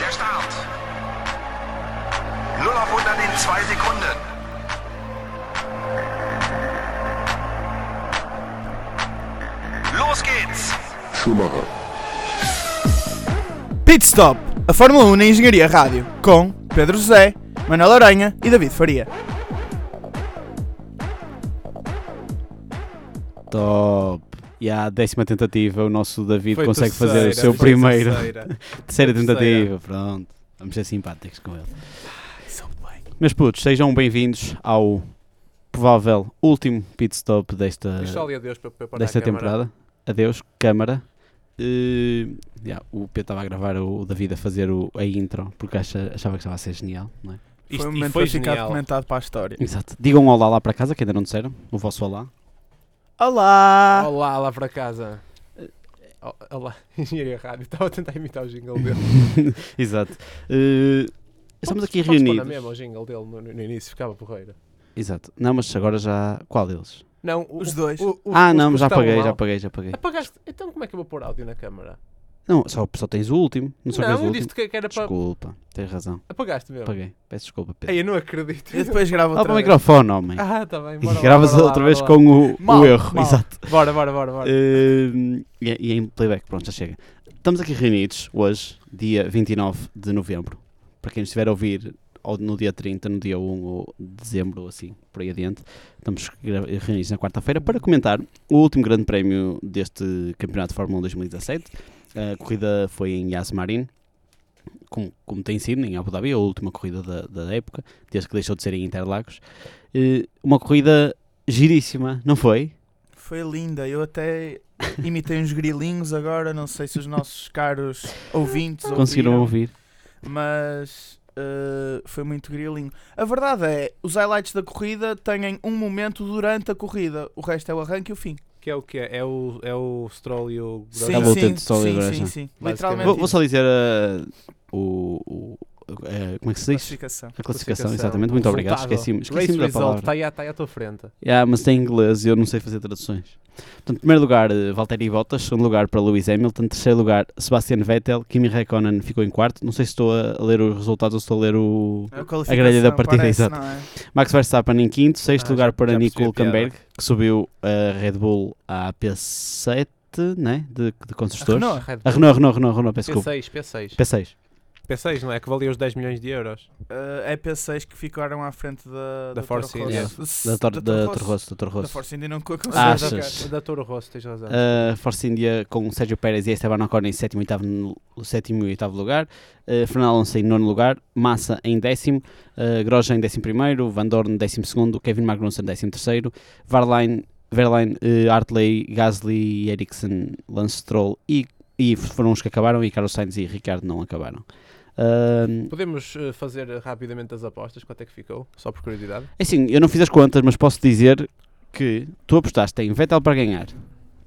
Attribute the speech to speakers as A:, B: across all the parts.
A: Der Start. 0 auf 100 in 2 Sekunden. Los geht's.
B: Schumacher,
C: Pit Stop, a Fórmula 1 na Engenharia Rádio, com Pedro José, Manuel Aranha e David Faria.
D: Top! E à décima tentativa, o nosso David
E: Foi
D: consegue
E: terceira,
D: fazer o seu
E: foi
D: primeiro.
E: terceira.
D: Terceira
E: Terceira.
D: tentativa, pronto. Vamos ser simpáticos com ele. Meus putos, sejam bem-vindos ao provável último pit stop desta,
E: Diz só ali adeus para preparar
D: desta
E: a câmara.
D: temporada. Adeus, câmara. Eh, yeah, o Pedro estava a gravar o, o David a fazer o, a intro porque acha- achava que estava a ser genial, não é?
C: foi um
E: Isto, e
C: momento
E: foi
C: para ficar
E: genial.
C: documentado para a história.
D: Exato. Digam um olá lá para casa, que ainda não disseram. O vosso olá.
C: Olá!
E: Olá, lá para casa. Oh, Olá, engenharia rádio. Estava a tentar imitar o jingle dele.
D: Exato. Eh, estamos aqui
E: Podes pôr na
D: reunidos.
E: mesma o jingle dele no, no- no início, ficava porreira.
D: Exato. Não, mas agora já. Qual deles?
E: Não, o-
C: Os
E: o-
C: dois.
E: o- o-
D: ah,
E: os
D: não,
E: que
D: já
E: estavam
D: apaguei,
E: mal.
D: já apaguei, já apaguei.
E: Apagaste? Então como é que eu vou pôr áudio na câmara?
D: Não, só, só tens o último. Não só tens o
E: Não,
D: último.
E: disse que que era para... Então.
D: Desculpa, tens razão.
E: Apagaste mesmo.
D: Apaguei. Peço desculpa, Pedro.
E: Ei, eu não acredito.
C: Eu depois gravo
D: Olha
C: outra
D: para o
C: vez.
D: microfone, homem.
E: Ah, está bem, bora
D: e gravas
E: lá, bora lá,
D: outra
E: bora
D: vez
E: lá.
D: com o, o
C: Mal,
D: erro.
C: mal.
D: Exato.
E: Bora, bora, bora, bora.
D: Hum, e, e em playback, pronto, já chega. Estamos aqui reunidos hoje, dia 29 de novembro. Para quem estiver a ouvir ou no dia 30, no dia 1 ou dezembro, ou assim, por aí adiante, estamos gra- reunidos na quarta-feira para comentar o último grande prémio deste Campeonato de Fórmula 1 2017. A corrida foi em Yas Marin, como, como tem sido em Abu Dhabi, a última corrida da, da época, desde que deixou de ser em Interlagos. Eh, uma corrida giríssima, não foi?
C: Foi linda, eu até imitei uns grilinhos agora, não sei se os nossos caros ouvintes
D: Conseguiram
C: ouviram.
D: ouvir?
C: mas eh, foi muito grilinho. A verdade é, os highlights da corrida têm um momento durante a corrida, o resto é o arranque e o fim.
E: Que é o que é? É o, é o Stroll e o
C: Sim,
D: É o
E: Grosjean?
D: voltante
C: sim,
D: de Sol e
C: sim, sim,
D: Brecha.
C: sim.
E: Basicamente.
C: Literalmente.
D: Vou, vou
C: isso.
D: só dizer eh, o, o- eh, como é que se diz?
C: Classificação.
D: A classificação, exatamente. Muito
E: o
D: obrigado.
E: resultado.
D: Esqueci-me esqueci
E: Race
D: da
E: result,
D: palavra.
E: está aí, tá aí à tua frente.
D: Yeah, mas tem inglês e eu não sei fazer traduções. Portanto, primeiro lugar, eh, Valtteri Bottas. Segundo lugar, para Lewis Hamilton. Terceiro lugar, Sebastian Vettel. Kimi Räikkönen ficou em quarto. Não sei se estou a ler os resultados ou estou a ler o...
C: A,
D: grelha da
C: qualificação,
D: partida,
C: parece,
D: exato.
C: não é?
D: Max Verstappen em quinto. Sexto
E: Ah,
D: lugar
E: já-
D: para
E: já
D: Nico
E: percebi a
D: Hülkenberg, que subiu a Red Bull à P7, né? De, de construtores.
C: Renault.
E: Red
D: A
E: Bull.
D: Renault, Renault, Renault, Renault, peço desculpa.
E: P6, P6.
D: P6.
E: P6, não é? Que valia os 10 milhões de euros.
C: Eh, é P6 que ficaram à frente da,
E: Da Force
C: Toro
E: India.
C: Rosso.
D: Da Tor- da Toro
C: Rosso.
D: Rosso, da Toro
C: Da
D: Rosso.
C: Force India não co-
D: Ah,
C: consegue
D: achas?
C: arrancar.
E: é Da, da Toro Rosso, tens razão.
D: Uh, Force India com o Sérgio Pérez e Esteban Ocon em 7 e 8 lugar, uh, Fernando Alonso em 9 lugar, Massa em décimo, uh, Grosjean em 11, Van Dorn em 12, Kevin Magnussen em 13, Varline, Verline, uh, Hartley, Gasly, Ericsson, Lance Stroll e, e foram os que acabaram e Carlos Sainz e Ricardo não acabaram. Uh,
E: Podemos eh, fazer rapidamente as apostas, quanto é que ficou? Só por curiosidade.
D: é assim, eu não fiz as contas, mas posso dizer que tu apostaste em Vettel para ganhar.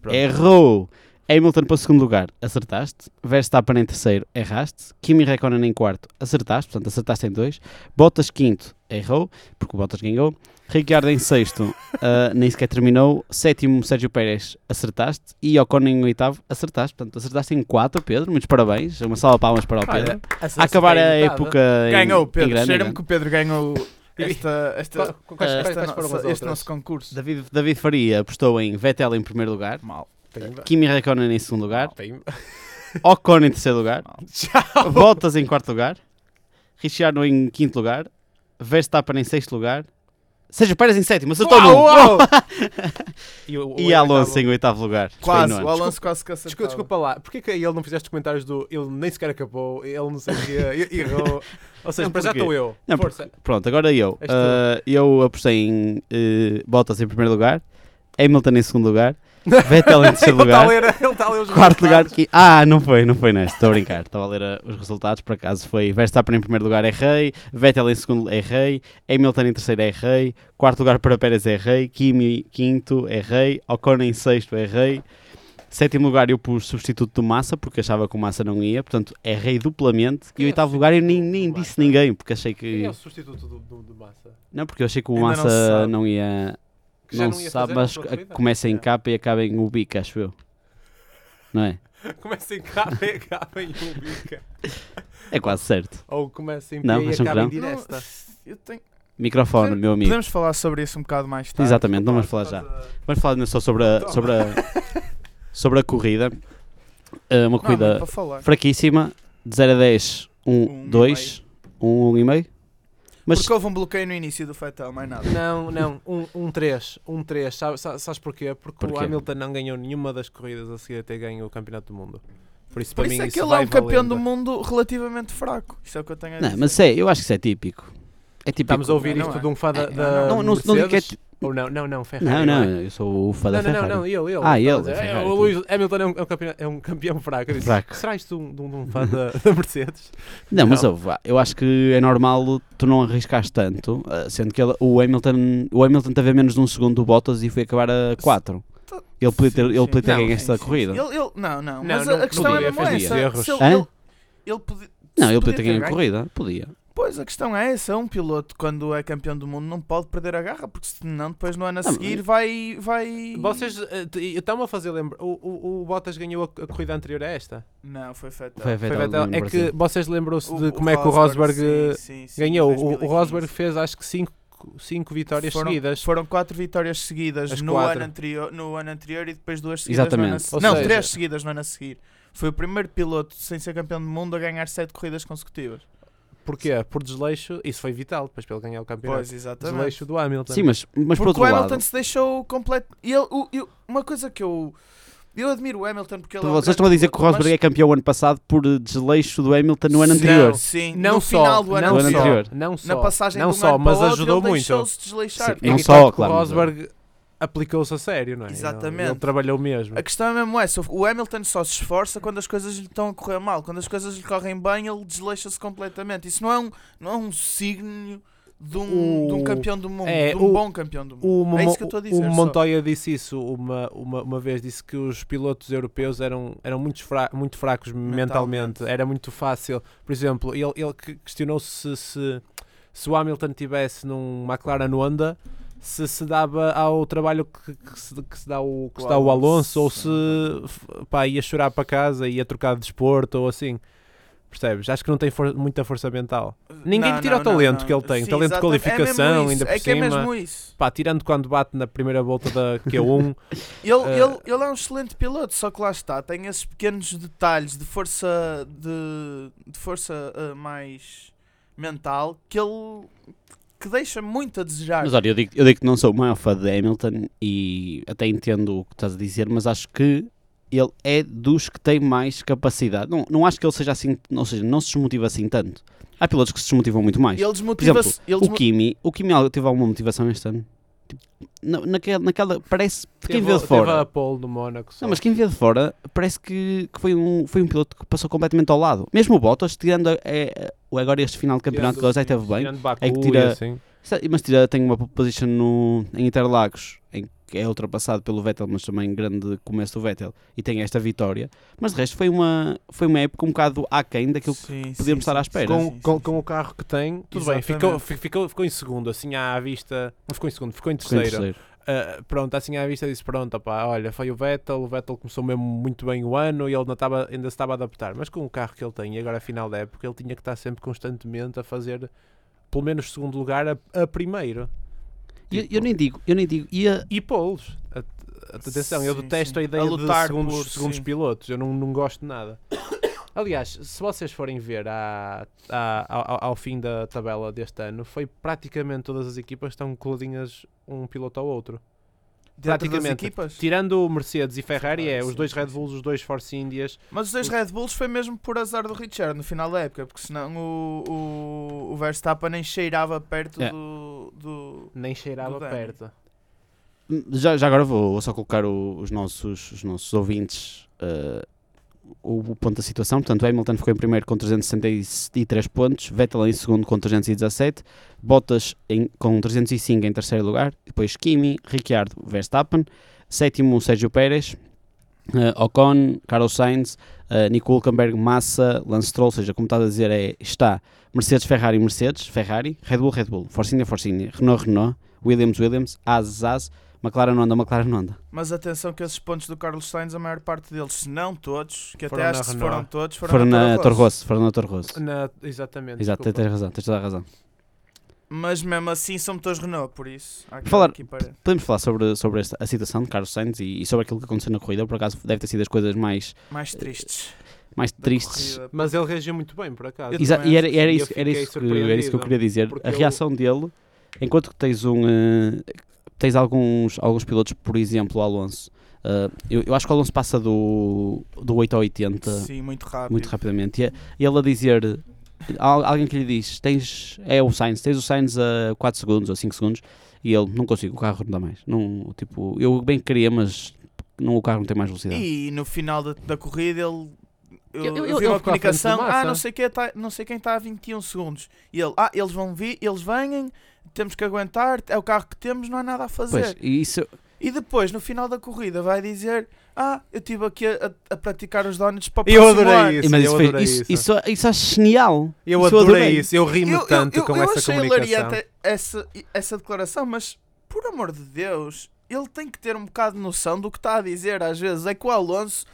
E: Pronto.
D: Errou! Hamilton para o segundo lugar, acertaste. Verstappen em terceiro, erraste. Kimi Räikkönen em quarto, acertaste. Portanto, acertaste em dois. Bottas quinto, errou, porque o Bottas ganhou. Ricciardo em sexto, ah, nem sequer terminou. Sétimo, Sérgio Pérez, acertaste. E Ocon em oitavo, acertaste. Portanto, acertaste em quatro, Pedro. Muitos parabéns. Uma salva de palmas para o
C: Olha, é
D: Pedro. A acabar a época em-
C: Ganhou,
D: em
C: Pedro.
D: grande, em
C: Cheira-me
D: grande.
C: que o Pedro ganhou esta, esta,
E: Quais- Então, quais-
D: eh,
E: quais-
C: esta
E: quais
C: nossa-
E: foram as
C: este
E: outras?
C: nosso concurso.
D: David, David Faria apostou em Vettel em primeiro lugar.
C: Mal.
E: Tem-
D: Kimi Räikkönen em segundo lugar.
E: tem-
D: Ocon em terceiro lugar.
E: Tchau!
D: Bottas em quarto lugar, Richardo em quinto lugar, Verstappen em sexto lugar, Sérgio Pérez em sétimo, acertou
E: Uau,
D: num.
E: uau! tá E, o- o
D: E
E: oitavo-
D: Alonso em oitavo lugar.
C: Quase,
D: Foi
C: o
D: nono.
C: Alonso quase que acertou.
E: Desculpa, desculpa lá, porquê que ele não fizeste os comentários do ele nem sequer acabou, ele não sei o quê, e- errou. Ou seja,
D: Não,
E: para já
D: porquê?
E: estou eu.
D: Não,
E: Força.
D: Pronto, agora eu.
E: És tu.
D: Ah, eu apostei em eh, Bottas em primeiro lugar, Hamilton em segundo lugar, Vettel em terceiro
E: Ele está a
D: lugar.
E: ler, ele está a ler os
D: Quarto lugar,
E: resultados.
D: que... ah, não foi, não foi neste, estou a brincar. Estava a ler ah, os resultados, por acaso foi Verstappen em primeiro lugar, errei, Vettel em segundo, errei, Hamilton em terceiro, é errei, é quarto lugar para Pérez, errei, Kimi quinto, errei, Ocon em sexto, errei, é Sétimo lugar eu pus substituto do Massa, porque achava que o Massa não ia, portanto errei duplamente. E
E: Quem é o
D: oitavo lugar eu nem,
E: substituto
D: nem
E: do
D: disse
E: Massa?
D: ninguém, porque achei
E: Quem é
D: que.
E: o substituto do, do, do Massa?
D: Não, porque eu achei que o
C: Ainda não se
D: Massa
C: sabe.
D: não ia.
E: Que já
D: Não
E: não
D: se
E: ia
D: sabe,
E: fazer
D: mas
E: a sua corrida?
D: começa em
E: É.
D: capa e acaba em Ubica, acho eu. Não é?
E: Começa em capa e acaba em Ubica.
D: É quase certo.
E: Ou começa em
D: Não,
E: P e
D: acho que
E: acaba em
D: não.
E: Diresta.
C: eu tenho-
D: Microfone,
C: Podemos-
D: meu amigo.
C: Podemos falar sobre isso um bocado mais tarde.
D: Exatamente, não vamos falar já. Vamos falar ainda só sobre a,
E: Toma.
D: sobre a, sobre a corrida. Eh, uma
C: Não, mas
D: corrida
C: para falar.
D: fraquíssima, de 0 a 10, 1,
C: Um e
D: 2, 1, 1,5. Mas
C: Porque houve um bloqueio no início do Fetel, mais nada.
E: Não, não, um, um 3, um 3, Sabe- sa- sabes porquê? Porque o
D: Porquê?
E: Hamilton não ganhou nenhuma das corridas a seguir até ganhou o Campeonato do Mundo. Por isso,
C: Por
E: para
C: isso
E: mim,
C: é que
E: isso
C: ele é
E: vai
C: um campeão do
E: valendo.
C: mundo relativamente fraco. Isto é o que eu tenho a dizer.
D: não, mas é, eu acho que isso é típico. É típico.
E: Estamos a ouvir
C: Não,
E: isto
C: é.
E: de um fã da,
D: É,
E: da
D: não, não, não digo que é
E: Mercedes?
D: ti-
E: Ou não, não, não, Ferrari.
D: não,
E: é?
D: não, eu sou o fã da
E: Não, não, não,
D: Ferrari.
E: não, ele, ele.
D: Ah, ele,
E: Estava a dizer,
D: a
E: "É,
D: Ferrari,
E: o Lewis Hamilton é um, é um campeão, é um campeão fraco. Eu disse,
D: Fraco.
E: Será isto de um, de um- de um fã da, da Mercedes?
D: Não, mas
E: Não.
D: ouve, vá, eu acho que é normal tu não arriscares tanto, eh, sendo que ele- o Hamilton o Hamilton teve a menos de um segundo do Bottas e foi acabar a 4. Ele podia ter, ele
C: Sim,
D: podia ter
E: sim.
D: ganho
E: Não,
D: esta
C: sim, sim.
D: corrida.
C: Ele, ele- não, não,
E: Não,
C: mas
E: não-
C: a- a questão
D: não
C: é
D: podia
C: mesmo
D: fazer
C: essa.
E: erros.
C: Se ele,
D: Hã?
C: ele, ele podia-
D: Não,
C: se
D: ele podia ter ganho a
C: ganho.
D: corrida, podia.
C: Pois, a questão é essa. Um piloto, quando é campeão do mundo, não pode perder a garra, porque senão depois no ano a
D: Não,
C: seguir
D: mas-
C: vai... vai...
E: Vocês eh, t- estão-me a fazer lembrar. O, o, o Bottas ganhou a, a corrida anterior a esta.
C: Não, foi Fetel.
D: Foi
E: Foi
D: Vettel
E: Vettel.
D: no
E: É
D: Brasil.
E: que vocês lembram-se
C: O-
E: de como é que o Rosberg eh,
C: sim, sim, sim,
E: ganhou. O, o
C: 2015.
E: Rosberg fez acho que 5 cinco, cinco vitórias
C: foram,
E: seguidas.
C: Foram quatro vitórias seguidas
E: As
C: no,
E: quatro.
C: ano anterior, no ano anterior e depois duas seguidas no ano a
D: Exatamente.
C: se-
E: Ou
C: Não,
E: seja-
C: três seguidas no ano a seguir. Foi o primeiro piloto sem ser campeão do mundo a ganhar sete corridas consecutivas.
E: Porquê? Por desleixo. Isso foi vital depois para ele ganhar o campeonato.
C: Pois, exatamente.
E: Desleixo do Hamilton.
D: Sim, mas, mas por
C: porque
D: outro
C: o Hamilton
D: lado,
C: se deixou completo. e Ele, o- eu- uma coisa que eu. Eu admiro o Hamilton porque ele. é um
D: vocês
C: grande
D: estão a dizer que o
C: piloto,
D: Rosberg é campeão ano passado por eh, desleixo do Hamilton no ano
C: mas-
D: anterior.
C: Sim,
E: Não
C: no
E: só,
C: final do ano
E: não
D: Do ano
E: só,
C: anterior.
D: anterior.
E: Não só,
C: Na passagem
E: não
C: de um
E: só,
C: ano para
E: mas
C: o outro,
E: ajudou
C: ele
E: muito.
C: deixou-se desleixar.
D: Sim, não
E: É
D: só,
E: evidente que
D: claro,
E: O
D: mas-
E: Rosberg aplicou-se a sério, não é? Ele-
C: Exatamente.
E: Ele trabalhou mesmo.
C: A questão é mesmo essa: o Hamilton só se esforça quando as coisas lhe estão a correr mal. Quando as coisas lhe correm bem, ele desleixa-se completamente. Isso não é um, não é um signo de um,
E: O-
C: de um campeão do mundo,
E: é,
C: de um
E: o-
C: bom campeão do mundo.
E: O, Mo-
C: é isso que eu estou a dizer.
E: o
C: só.
E: Montoya disse isso uma, uma, uma vez, disse que os pilotos europeus eram, eram muito, fra- muito fracos mentalmente.
C: Mentalmente.
E: era muito fácil. Por exemplo, ele, ele que- questionou-se se, se, se o Hamilton tivesse num McLaren Honda, se se dava ao trabalho que, que se, que se dá o, que se dá o Alonso, ou se f- pá, ia chorar para casa, ia trocar de desporto ou assim. Percebes? Acho que não tem for- muita força mental. ninguém
C: Não,
E: tira o
C: não, não,
E: talento
C: não.
E: que ele tem,
C: Sim,
E: talento de
C: exatamente.
E: qualificação,
C: é mesmo
E: ainda
C: isso.
E: por
C: é
E: cima.
C: que é mesmo isso.
E: Pá, tirando quando bate na primeira volta da Q1,
C: Ele,
E: Eh,
C: ele, ele é um excelente piloto, só que lá está, tem esses pequenos detalhes de força de, de força eh, mais mental que ele que deixa muito a desejar.
D: Mas olha, eu digo, eu digo que não sou o maior fã de Hamilton e até entendo o que estás a dizer, mas acho que ele é dos que tem mais capacidade. Não, não acho que ele seja assim, ou seja, não se desmotiva assim tanto. Há pilotos que se desmotivam muito mais.
C: Ele desmotiva-se. ele
D: o
C: desmo-
D: Kimi, o Kimi teve alguma motivação este ano? Tipo, na, naquela, naquela- parece, quem
E: teve,
D: vê de
E: teve
D: fora.
E: a pole no Mónaco. só.
D: Não, mas quem vê de fora parece que, que foi, um, foi um piloto que passou completamente ao lado. Mesmo o Bottas, tirando a- é, o- agora este final de campeonato que ele já teve bem,
E: Tirando Baku
D: É que tira-
E: e assim.
D: Sa- Mas tira, tem uma pole position no, em Interlagos, em que é ultrapassado pelo Vettel, mas também grande começo do Vettel, e tem esta vitória. Mas de resto foi uma, foi uma época um bocado aquém daquilo que
C: Sim,
D: podíamos estar à espera.
E: Com,
C: sim,
E: com,
C: sim.
E: com o carro que tem, tudo bem,
C: Exatamente.
E: ficou, fi- ficou, ficou em segundo, assim à vista. Não ficou em segundo, ficou em
D: ficou em
E: terceiro. Ah, pronto, assim à vista disse: pronto, opá, olha, foi o Vettel, o Vettel começou mesmo muito bem o ano e ele não estava- ainda se estava a adaptar. Mas com o carro que ele tem e agora a final da época, ele tinha que estar sempre constantemente a fazer pelo menos segundo lugar a, a primeiro.
D: E Eu, eu nem digo, eu nem digo. E a-
E: E polos. A- a- Atenção, eu
C: Sim,
E: detesto
C: sim.
E: a ideia
C: A
E: de
C: lutar
E: segundos,
C: por-
E: segundos
C: sim.
E: pilotos. Eu não, não gosto de nada. Aliás, se vocês forem ver à- à- ao, ao fim da tabela deste ano, foi praticamente todas as equipas que estão coladinhas um piloto ao outro.
C: Dentro das
E: praticamente.
C: equipas.
E: Tirando o Mercedes e Ferrari, é
C: Ferrari,
E: os
C: Ah, sim,
E: dois
C: sim,
E: Red
C: sim.
E: Bulls, os dois Force Indias.
C: Mas os dois Red Bulls foi mesmo por azar do Richard no final da época, porque senão o, o, o Verstappen nem cheirava perto
D: É.
C: do, do.
E: Nem cheirava
C: Do Dani.
E: perto.
D: já, já agora vou, vou só colocar o- os, nossos, os nossos ouvintes eh, o, o ponto da situação. Portanto, Hamilton ficou em primeiro com 363 pontos, Vettel em segundo com 317, Bottas em- com 305 em terceiro lugar, depois Kimi, Ricciardo, Verstappen, sétimo Sérgio Pérez, Eh, Ocon, Carlos Sainz, eh, Nico Hülkenberg, Massa, Lance Stroll, ou seja, como estás a dizer, é, está Mercedes, Ferrari, Mercedes, Ferrari, Red Bull, Red Bull, Force India, Force India, Renault, Renault, Williams, Williams, Haas, Haas, McLaren, Honda, McLaren, Honda.
C: Mas atenção que esses pontos do Carlos Sainz, a maior parte deles, se não todos, que
E: Foram
C: até
E: na
C: acho que se
E: Renault.
C: foram todos, foram,
D: Foram na
C: Toro
D: Toro
C: Rosso.
D: Rosso, foram na Toro Rosso.
E: Na- exatamente.
D: Exato,
E: desculpa.
D: tens razão, tens toda a razão.
C: Mas mesmo assim são motores Renault, por isso. há que
D: Falar-
C: aqui para-
D: Podemos falar sobre, sobre esta, a situação de Carlos Sainz e, e sobre aquilo que aconteceu na corrida, por acaso deve ter sido as coisas mais,
C: Mais tristes.
D: mais
C: da
D: tristes.
C: corrida.
E: Mas ele reagiu muito bem, por acaso.
C: Eu
D: Exa-
C: também
D: e era, era,
E: E eu
D: isso, era,
E: fiquei
D: isso que, era isso que eu queria dizer.
E: porque
D: A
E: eu-
D: reação dele, enquanto que tens um. eh, tens alguns, alguns pilotos, por exemplo, o Alonso. eh, eu, eu acho que o Alonso passa do, do 8 ao 80
C: Sim, muito rápido.
D: muito rapidamente. E, a- e ele a dizer. al- Alguém que lhe diz, tens, é o Sainz, tens o Sainz a 4 segundos ou 5 segundos e ele, não consigo, o carro não dá mais. Não, tipo, eu bem queria, mas não, o carro não tem mais velocidade.
C: E no final da, da corrida ele. Eu,
E: Eu-
C: eu,
E: eu- eu
C: vi uma
E: fico à frente do
C: comunicação, ah,
E: Massa." é?"
C: não sei, quem tá, não sei quem está a 21 segundos. E ele, ah, eles vão vir, eles vêm, temos que aguentar, é o carro que temos, não há nada a fazer.
D: Pois, e isso,
C: E depois, no final da corrida, vai dizer: Ah, eu estive aqui a, a- a praticar os donuts para o
E: Eu
C: próximo
E: adorei
C: ano."
E: isso.
D: mas
E: eu
D: isso, foi-
E: adorei
D: isso,
E: isso.
D: isso, isso acho genial.
E: Eu
D: Isso eu
E: adorei
D: adorei.
E: isso, eu ri-me
C: Eu,
E: tanto
C: eu,
E: com
C: eu
E: essa
C: achei
E: comunicação.
C: hilariante essa, essa declaração, mas por amor de Deus, ele tem que ter um bocado de noção do que está a dizer às vezes. É que o Alonso,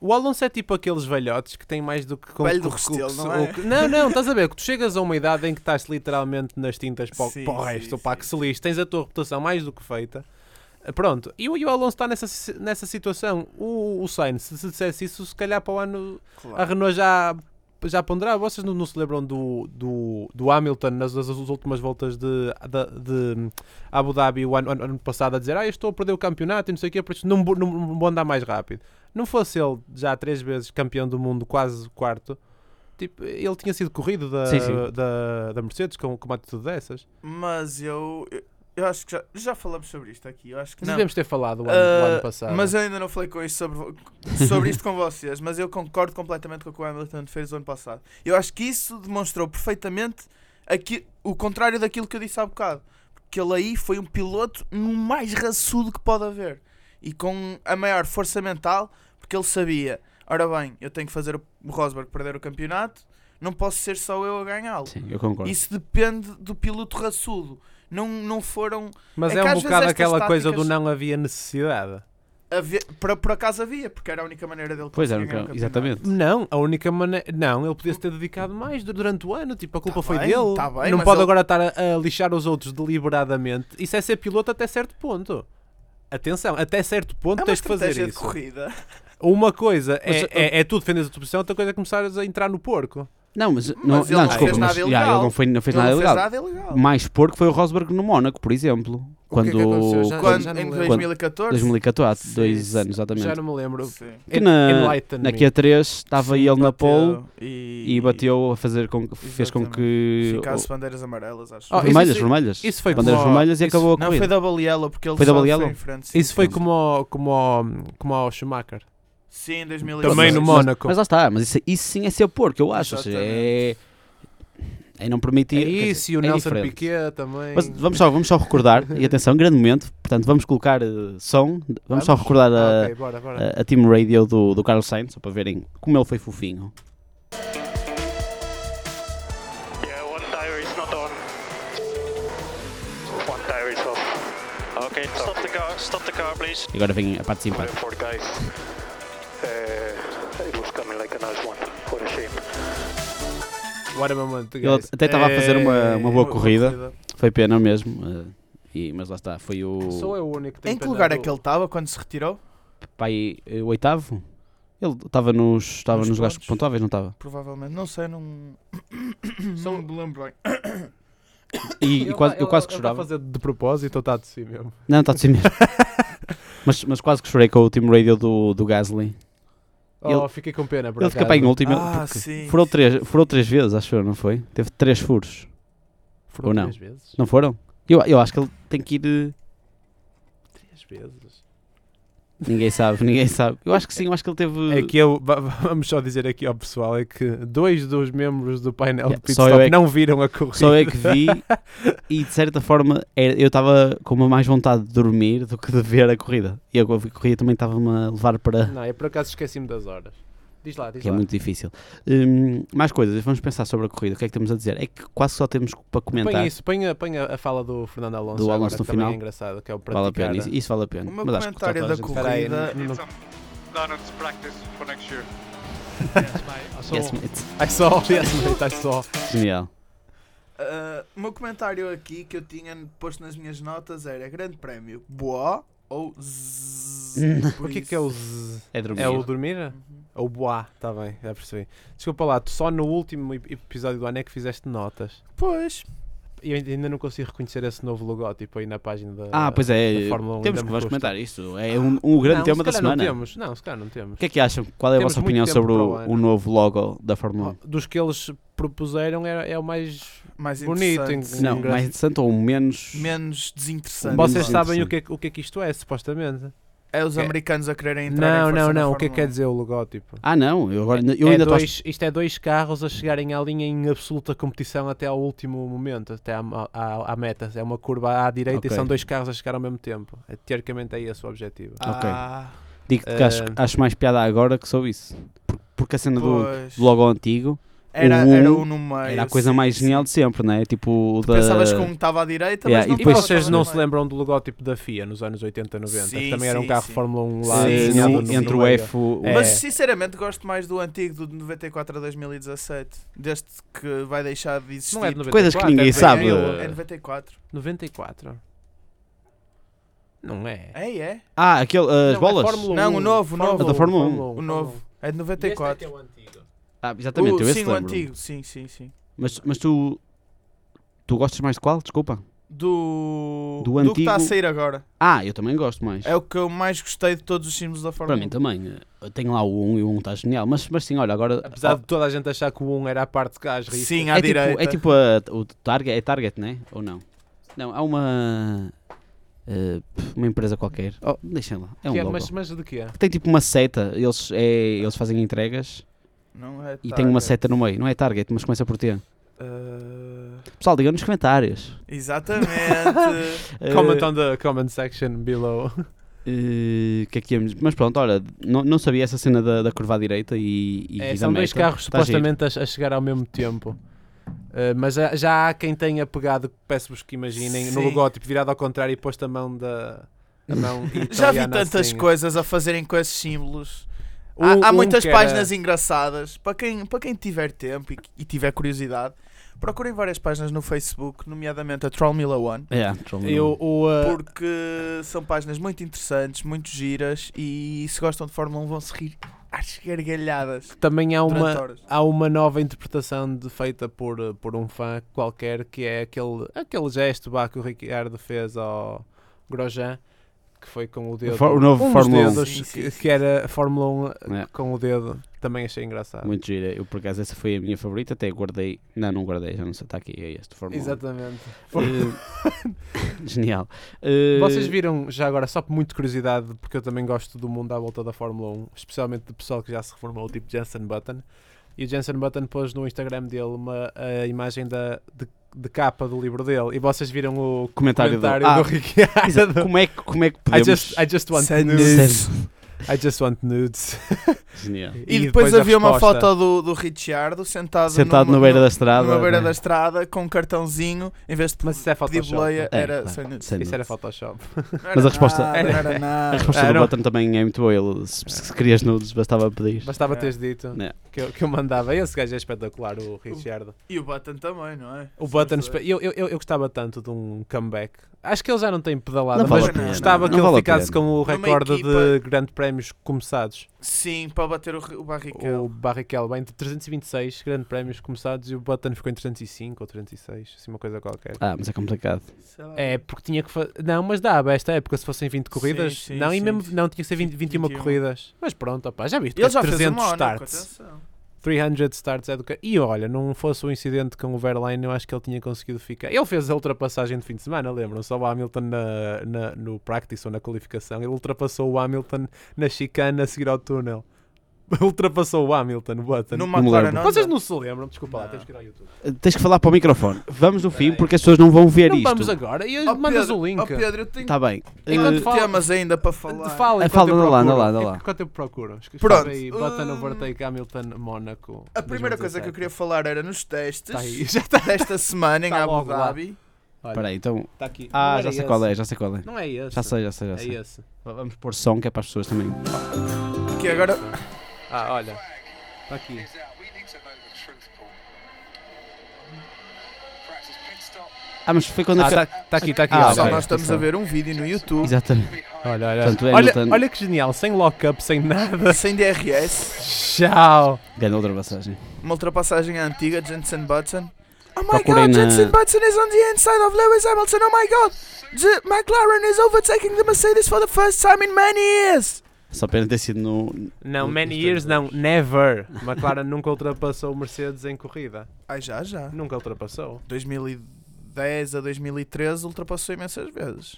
E: O Alonso é tipo aqueles velhotes que têm mais do que... Com,
C: Velho do
E: com-
C: Restelo,
E: com-
C: não é?
E: o que- não, não, estás a ver, que tu chegas a uma idade em que estás literalmente nas tintas para, o-
C: Sim,
E: para o
C: sim,
E: resto, para a
C: sim.
E: que se lixe, tens a tua reputação mais do que feita. Ah, Pronto, e o, e o Alonso está nessa, si- nessa situação. O, o Sainz, se, se dissesse isso, se calhar para o ano a Renault já, já ponderava. Vocês não, não se lembram do, do, do Hamilton nas, nas últimas voltas de, de, de Abu Dhabi o ano, ano- ano passado a dizer ah, eu estou a perder o campeonato e não sei o quê, por isso não, vou- não, não vou andar mais rápido. Não fosse ele já três vezes campeão do mundo, quase quarto, tipo, ele tinha sido corrido da,
D: Sim, sim.
E: da, da Mercedes com, com uma atitude dessas.
C: mas eu, eu, eu acho que já, já falamos sobre isto aqui. Eu acho que não.
E: Devemos ter falado o ano, o ano
C: Ah,
E: passado.
C: mas eu ainda não falei com isto sobre, vo- sobre isto com vocês, mas eu concordo completamente com o que o Hamilton fez o ano passado. Eu acho que isso demonstrou perfeitamente aqui, o contrário daquilo que eu disse há bocado. Que ele aí foi um piloto no mais raçudo que pode haver e com a maior força mental, porque ele sabia: ora bem, eu tenho que fazer o Rosberg perder o campeonato, não posso ser só eu a ganhá-lo.
D: Sim, eu concordo.
C: Isso depende do piloto raçudo. Não, não foram
E: Mas
C: é
E: é,
C: que às
E: um
C: vezes
E: bocado
C: estas
E: aquela coisa do
C: táticas-
E: não havia necessidade.
C: Havia, por, por acaso havia, porque era a única maneira dele
D: Pois era,
C: conseguir ganhar o é um campeonato.
D: exatamente.
E: Não, a única maneira. Não, ele podia se ter dedicado mais dur- durante o ano. Tipo, a culpa
C: Tá
E: foi
C: bem,
E: dele.
C: tá bem,
E: não
C: mas
E: pode
C: ele-
E: agora estar a, a lixar os outros deliberadamente. Isso é ser piloto até certo ponto. Atenção, até certo ponto
C: É uma
E: tens que fazer
C: estratégia de
E: isso.
C: corrida.
E: Uma coisa
D: Mas,
E: é, é, é tu defendes a tua posição, outra coisa é começares a entrar no porco.
D: Não, mas,
C: Mas
D: não,
C: ele
D: não,
C: não
D: desculpa,
C: fez
D: mas
C: nada
D: já, ele
C: ilegal.
D: não, foi, não fez
C: Ele
D: nada
C: não
D: ilegal.
C: Fez nada ilegal.
D: Mais porco foi o Rosberg no Mónaco, por exemplo.
E: O que
D: Quando,
E: é que aconteceu? Já-
D: quando-
C: Quando,
E: não
C: em
E: lembro.
C: 2014.
D: 2014,
C: Sim,
D: dois
C: sim.
D: anos, exatamente.
E: Já não me lembro.
C: Sim.
D: Que na-
E: Enlighten
D: Na
E: me.
D: Q3 estava
C: Sim,
D: ele na
C: bateu
D: pole
C: e,
D: e bateu a fazer com que fez com
C: Exatamente.
D: que
C: Ficasse bandeiras amarelas, acho.
E: Oh, isso-
D: vermelhas,
E: isso-
D: vermelhas.
E: isso foi
D: bandeiras
E: como-
D: vermelhas e
E: isso-
D: acabou a
C: não, foi
D: corrida.
C: double yellow, porque ele
D: Foi
C: só
D: double
C: foi
D: yellow?
C: em frente. Sim,
E: Isso foi
D: Pronto.
E: como ao, como, ao, como ao Schumacher.
C: sim em 2014.
E: Também no
D: Mas-
E: Mónaco.
D: Mas lá está, mas isso, isso sim é ser porco, eu acho. Ou seja, é, é não
E: É
D: permitir. quer
E: isso,
D: dizer,
E: e o
D: é
E: Nelson
D: diferente.
E: Piquet também.
D: Mas vamos só, vamos só recordar, e atenção, grande momento, portanto vamos colocar eh, som, vamos, só recordar
E: Ah,
D: a,
E: ok, bora, bora.
D: a, a Team Radio do, do Carlos Sainz, só para verem como ele foi fofinho.
B: Yeah, one tire is not on. One tire is off. Okay, stop the car. Stop the car, please.
D: E agora vem a parte
B: Sorry
D: simpática.
B: for guys. Uh, it was coming like a nice one. What a shame.
E: What a moment,
D: Ele
E: guys.
D: É. até estava a fazer uma, uma boa
E: É,
C: uma
D: corrida, foi pena mesmo, eh, e, mas lá está, foi
E: Sou
D: o
E: eu o único que tem
C: Em que
E: pena
C: lugar
E: do-
C: é que ele estava quando se retirou?
D: pai eh, o oitavo? Ele estava nos, estava
C: Nos
D: nos gastos
C: pontos.
D: pontuáveis, não estava?
C: Provavelmente, não sei, não. Não me lembro bem.
D: E, e
E: Ele
D: quase,
E: tá-
D: eu
E: ele-
D: quase que
E: ele tá a
D: chorava.
E: fazer de propósito ou está de si mesmo?
D: Não, está de si mesmo. mas, mas quase que chorei com o Team Radio do, do Gasly. Ele-
E: Oh, fiquei com pena, por
D: Ele
E: acaso.
D: fica bem em último. ele-
C: Ah,
D: porque
C: sim,
D: Furou
C: sim.
D: três, furou três vezes, acho eu, não foi? Teve três furos.
E: Foram
D: Ou não?
E: três vezes.
D: Não foram? Eu, eu acho que ele tem que ir. eh,
E: Três vezes.
D: Ninguém sabe, ninguém sabe. Eu acho que sim, eu acho que ele teve.
E: É que eu, va- va- vamos só dizer aqui ao pessoal, é que dois dos membros do painel
D: Yeah,
E: de
D: só eu
E: pitstop
D: é que-
E: não viram a corrida.
D: Só eu é que vi e de certa forma era- eu estava com uma mais vontade de dormir do que de ver a corrida. E eu, a corrida também estava-me a levar para.
E: Não, eu por acaso esqueci-me das horas. Diz lá, diz
D: que é
E: lá.
D: muito difícil. Hum, mais coisas, vamos pensar sobre a corrida. O que é que temos a dizer? É que quase só temos para comentar.
E: Põe isso, põe a, põe a a fala do Fernando Alonso,
D: Do Alonso no
E: agora, que também
D: final.
E: é engraçado, que é o praticar.
D: Vale a pena, isso, isso vale a pena.
C: O meu
D: Mas acho que está
C: comentário
D: toda a
C: da
D: gente-
C: corrida-
E: Espera aí,
C: Corrida-
E: não- não-
F: Donuts practice for next year.
D: Yes, mate.
E: Ai só, yes, mate, ai só.
D: Genial.
C: Ah, o meu comentário aqui que eu tinha posto nas minhas notas era Grande Prémio, boa ou zzz. por
E: O que é
C: isso.
E: que é o z...
D: É dormir.
E: É o dormir? Ou boá, tá bem, já percebi. Desculpa lá, tu só no último ep- episódio do ano é que fizeste notas.
C: Pois,
E: E eu ainda- ainda não consigo reconhecer esse novo logótipo aí na página da
D: Ah, pois é,
E: da Ah. Fórmula 1
D: temos
E: ainda
D: que
E: me
D: vamos
E: custa.
D: comentar isto. É um, um grande
E: Não,
D: tema
E: se
D: da
E: calhar
D: semana.
E: Não, temos. não, se calhar não temos.
D: O que é que acham? Qual é a
E: Temos
D: vossa
E: muito
D: opinião
E: tempo
D: sobre
E: para
D: o,
E: o ano.
D: o novo logo da Fórmula 1?
E: Dos que eles propuseram é, é o mais.
C: mais
E: Bonito,
C: interessante.
E: em-
D: Não,
E: um grande-
D: mais interessante ou menos.
C: Menos desinteressante.
E: Vocês
D: sim,
E: sabem
D: sim.
E: o que, é, que- o que é que isto é, supostamente?
C: É os
E: É.
C: americanos a quererem entrar
E: Não,
C: em força
E: não,
C: na
E: não. O que é que
C: Fórmula
E: quer
C: 1.
E: dizer o logótipo?
D: Ah, não, eu, agora, eu
E: É
D: ainda estou.
E: dois, Isto é dois carros a chegarem à linha em absoluta competição até ao último momento, até à, à, à meta. É uma curva à direita
D: Ok.
E: e são dois carros a chegar ao mesmo tempo. É, Teoricamente é esse o objetivo.
D: Ok.
C: Ah,
D: Digo que acho,
E: Eh,
D: acho mais piada agora que sou isso. Por- Porque a
C: um?
D: cena do,
C: pois.
D: do logo antigo
C: Era,
D: um
C: era o no meio.
D: era a coisa
C: sim,
D: mais
C: sim.
D: genial de sempre, não é? Tipo, o da.
C: Pensavas que um estava à direita,
D: Yeah,
C: mas não
E: E
D: Pois.
C: tava,
E: vocês
C: tava
E: não
C: no
E: se
C: meio.
E: lembram do logótipo da FIA nos anos 80 90,
C: Sim,
E: que também era um
C: sim,
E: carro
C: sim.
E: Fórmula 1 lá
D: eh,
C: Sim,
E: desenhado
D: no-
E: no-
D: entre
E: no
D: o
E: meio.
D: F. o-
E: É.
C: Mas sinceramente gosto mais do antigo do de 94 a 2017, desde que vai deixar de existir.
E: Não é de 94,
D: Coisas que ninguém
E: é de
D: sabe. eh,
E: 2000.
C: É 94.
E: 94. Não é.
C: É, é.
D: Ah, aquele, as
E: Não,
D: bolas?
E: É Fórmula
C: Não,
E: 1.
C: o novo, o novo.
D: A da Fórmula 1.
E: tá
C: O novo. É de 94.
E: o antigo.
D: Ah, exatamente,
C: o,
D: eu esse
C: sim, o
D: lembro.
C: antigo. Sim, sim, sim.
D: Mas, mas tu. Tu gostas mais de qual? Desculpa.
C: Do,
D: Do
C: que está a
D: antigo-
C: sair agora.
D: Ah, eu também gosto mais.
C: É o que eu mais gostei de todos os símbolos da
D: Para
C: Fórmula
D: mim tá
C: 1.
D: também. eh, Eu tenho lá o 1 e o 1 está genial. Mas, mas sim, olha, agora.
E: Apesar de toda a gente achar que o 1 era a parte que as riscas.
C: Oh. Sim, à
D: é tipo,
C: direita.
D: é tipo a, o Target, é Target, né? Ou não? Não, há uma. eh, pff, uma empresa qualquer. Oh, deixem lá. É um
E: Que é-
D: logo.
E: mas, mas de quê?
D: Tem tipo uma seta. Eles, é, eles fazem entregas
C: Não é
D: e tem uma
C: Target.
D: seta no meio. Não é Target, mas começa por T.
C: Ah,
D: Pessoal, digam nos comentários.
C: exatamente.
D: Eh,
E: Comment on the comment section below.
D: eh, que é que íamos- Mas pronto, olha, não, não sabia essa cena da, da curva à direita e, e
E: É,
D: e da
E: são dois
D: meta.
E: carros
D: Tá giro.
E: supostamente a, a chegar ao mesmo tempo. Uh, mas já, já há quem tenha pegado, peço-vos que imaginem, no
C: Sim.
E: logótipo virado ao contrário e posto a mão da. A mão
C: Já vi
E: italiana
C: tantas
E: assim.
C: coisas a fazerem com esses símbolos. Há,
E: Um-
C: há
E: um
C: muitas
E: que era-
C: páginas engraçadas. Para quem, para quem tiver tempo e, e tiver curiosidade, procurem várias páginas no Facebook, nomeadamente a Troll Mila One,
D: É, Trollman.
E: Eu, o, uh,
C: porque são páginas muito interessantes, muito giras e se gostam de Fórmula 1 vão se rir às gargalhadas.
E: Também há
C: durante
E: uma,
C: horas.
E: há uma nova interpretação de- feita por, uh, por um fã qualquer que é aquele, aquele gesto vá, que o Ricardo fez ao Grosjean que foi com o dedo.
D: Fór- o novo
E: um dos
D: Fórmula 1.
E: dedos
C: Sim, sim,
E: que,
C: sim,
E: que era Fórmula 1
D: É.
E: com o dedo. Também achei engraçado.
D: Muito gira. Eu, por acaso, essa foi a minha favorita. Até guardei. Não, não guardei. Já não sei. Está aqui. É este. Fórmula 1.
E: Exatamente.
D: Eh, Genial. Eh,
E: um. Vocês viram, já agora, só por muito curiosidade, porque eu também gosto do mundo à volta da Fórmula 1, especialmente do pessoal que já se reformou, tipo Jensen Button. E o Jensen Button pôs no Instagram dele uma a imagem da, de, de capa do livro dele. E vocês viram o
D: Comentário
E: comentário,
D: do-
E: do,
D: Ah,
E: Ricciardo.
D: Como é que, como é que
E: I
D: podemos...
E: just, I just want
C: Send
E: nudes.
C: nudes.
E: I just want nudes.
D: Genial.
C: E, depois,
E: a
C: havia uma
E: resposta.
C: foto do, do Ricciardo sentado,
D: Sentado
C: numa-
D: na beira
C: numa-
D: da estrada.
C: numa beira
D: né?
C: da estrada com um cartãozinho em vez de
E: Mas isso é
C: pedir
E: Photoshop.
C: boleia,
D: É,
C: era
D: claro,
C: sem nudes.
D: sem
E: Isso era
D: nudes.
E: Photoshop.
C: Não
D: Mas a
C: era
D: resposta-
C: nada, não era
D: A
C: nada.
D: resposta
E: Ah,
D: do
E: não.
D: button também é muito boa. Ele, se, se querias nudes, bastava pedir.
E: Bastava
C: É.
E: teres dito
D: Né.
E: que, eu, que eu mandava. Esse gajo é espetacular, o Ricciardo.
C: E o Button também, não é?
E: O
C: Os
E: Button,
C: dois.
E: espe- eu, eu, eu eu gostava tanto de um comeback. Acho que ele já não tem pedalada,
D: Não
E: mas
D: vale a pena,
E: gostava
D: não
E: que
D: vale a
E: ele ficasse
D: pena.
E: com o
C: Numa
E: recorde de
C: equipa-
E: grandes prémios começados.
C: Sim, para bater o, re- o Barrichello.
E: O Barrichello bem de 326 grandes prémios começados e o Button ficou em 305 ou 306, assim uma coisa qualquer.
D: Ah, mas é complicado.
C: Sei lá.
E: É, porque tinha que fazer. Não, mas dava esta época se fossem 20 corridas.
C: sim,
E: não, e
C: sim,
E: mesmo.
C: sim.
E: Não, tinha que ser 20, 21,
C: 21.
E: corridas. Mas pronto, opá, já viste?
C: Ele já
E: 300
C: fez um Mónaco,
E: starts.
C: atenção.
E: 300 starts educa. E olha, não fosse o incidente com o Verlaine, eu acho que ele tinha conseguido ficar. Ele fez a ultrapassagem de fim de semana, lembram-se? O Hamilton na, na- no practice ou na qualificação. Ele ultrapassou o Hamilton na chicana a seguir ao túnel. ultrapassou o Hamilton, o Button.
C: No
D: me
C: McLaren
D: lembro.
C: Honda.
E: Vocês não se lembram? Desculpa lá,
C: Não.
E: temos que ir ao YouTube.
D: Tens que falar para o microfone. Vamos no fim, porque as pessoas não vão ver
E: Não
D: isto.
E: vamos agora. E
C: Oh,
E: mandas
C: Pedro,
E: o link.
C: oh, Pedro, eu tenho
D: Está bem.
E: Enquanto
D: Eh,
E: fala-
C: temas ainda para falar.
E: Fala,
D: Ah,
E: enquanto
D: fala,
E: eu
D: anda lá, anda lá,
E: procuro.
D: anda lá.
E: Enquanto eu procuro. Escreve
C: Pronto.
E: aí, Button
C: Hum.
E: overtake Hamilton Mónaco.
C: A primeira coisa que eu queria falar era nos testes
E: Está Tá aí, já está.
C: desta semana em
E: Tá
C: Abu
E: logo lá.
C: Dhabi.
D: Espera aí, então.
E: Está tá aqui.
D: Ah, já sei qual é, já sei qual é.
E: Não é esse.
D: Já sei, já sei, já
E: É
D: sei.
E: esse.
D: Vamos pôr som que é para as pessoas também.
C: Que agora
E: Ah, olha. Está aqui.
D: Ah, mas foi quando
E: Ah,
D: a
E: está aqui, está aqui.
D: Ah,
C: só
D: ok.
C: nós estamos a ver um vídeo no YouTube
D: Exatamente.
E: Olha, olha.
D: Portanto, é
E: olha,
D: Hamilton-
E: olha que genial. Sem lockup, sem nada.
C: sem DRS,
E: Tchau.
D: Grande ultrapassagem.
C: uma ultrapassagem antiga de Jensen Button. Oh my
D: Procurem
C: god,
D: na-
C: Jensen Button is on the inside of Lewis Hamilton. Oh my god, the McLaren is overtaking the Mercedes for the first time in many years.
D: Só pena ter sido no.
E: Não,
D: Os-
E: many
D: os
E: years
D: dois.
E: não. Never. McLaren nunca ultrapassou o Mercedes em corrida.
C: Ai, já, já.
E: Nunca ultrapassou.
C: 2010 a 2013 ultrapassou imensas vezes.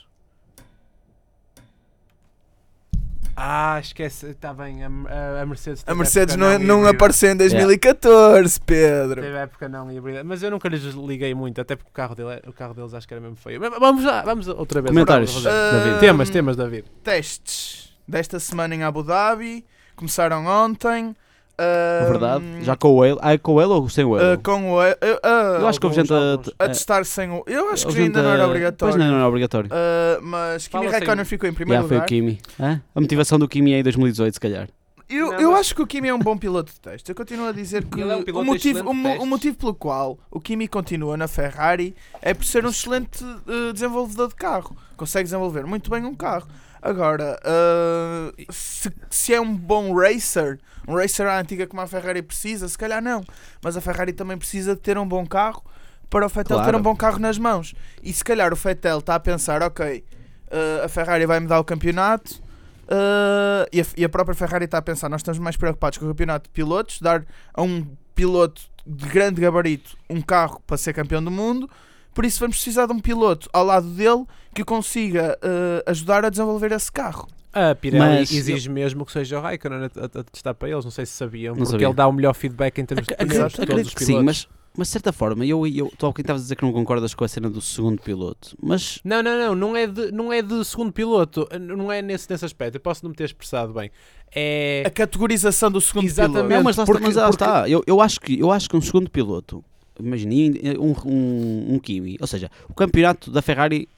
E: Ah, esquece. Está bem. A, a- a Mercedes
C: A
E: teve
C: Mercedes
E: época
C: não, é- não
E: híbrida.
C: apareceu em 2014, Pedro.
E: Teve época não híbrida. Mas eu nunca lhes liguei muito. Até porque o carro, dele, é, o carro deles acho que era mesmo feio. Mas vamos lá. Vamos outra vez.
D: Comentários,
E: Vamos, vamos,
D: David.
E: vamos.
C: Ah,
E: Temas, temas, David.
C: testes desta semana em Abu Dhabi. Começaram ontem.
D: É
C: ah,
D: verdade. Já com o Whale. Ah, é com o Whale ou sem o
C: ah,
D: Whale?
C: com o. ah, ah,
D: Eu acho que houve
E: alguns,
D: gente a.
E: alguns.
C: a
D: a-
C: testar sem o. Eu acho
D: houve
C: que ainda
D: gente
C: não
D: a-
C: era obrigatório.
D: Pois não, não era obrigatório.
C: Ah, mas Kimi
E: Fala sem-
C: Raikkonen ficou em
D: Já
C: primeiro
D: foi o
C: lugar.
D: Kimi. Hã? A motivação do Kimi é em 2018, se calhar.
C: Eu,
E: Não,
C: eu
E: mas-
C: acho que o Kimi é um bom piloto de teste. Eu continuo a dizer que
E: Ele é um piloto
C: o, motivo,
E: excelente
C: o, mo-
E: de testes.
C: o motivo pelo qual o Kimi continua na Ferrari é por ser um excelente eh, desenvolvedor de carro. Consegue desenvolver muito bem um carro. Agora, ah, se, se é um bom racer, um racer à antiga como a Ferrari precisa, se calhar não. Mas a Ferrari também precisa de ter um bom carro para o Fettel
D: Claro.
C: ter um bom carro nas mãos. E se calhar o Fettel está a pensar, ok, eh, a Ferrari vai me dar o campeonato, Uh, e, a, e a própria Ferrari está a pensar: nós estamos mais preocupados com o campeonato de pilotos, dar a um piloto de grande gabarito um carro para ser campeão do mundo. Por isso, vamos precisar de um piloto ao lado dele que o consiga uh, ajudar a desenvolver esse carro.
E: A Pirelli
D: Mas
E: exige mesmo que seja o Raikkonen a, a- a testar para eles, não sei se sabiam,
D: Não
E: porque
D: sabia.
E: ele dá o melhor feedback em termos de
D: Ac-
E: pilotos
D: Acredito,
E: de todos os
D: acredito que sim, mas,
E: pilotos.
D: mas de certa forma, eu, eu, tu há bocadinho estavas a dizer que não concordas com a cena do segundo piloto, mas
E: Não, não, não, não é de, não é de segundo piloto, n- não é nesse, nesse aspecto, eu posso não me ter expressado bem. É...
C: A categorização do segundo
E: Exatamente.
C: piloto.
D: Não, mas lá
E: porque-
D: está, mas lá
E: porque-
D: está. Eu, eu, acho que, eu acho que um segundo piloto, imagine um, um, um Kimi, ou seja, o campeonato da Ferrari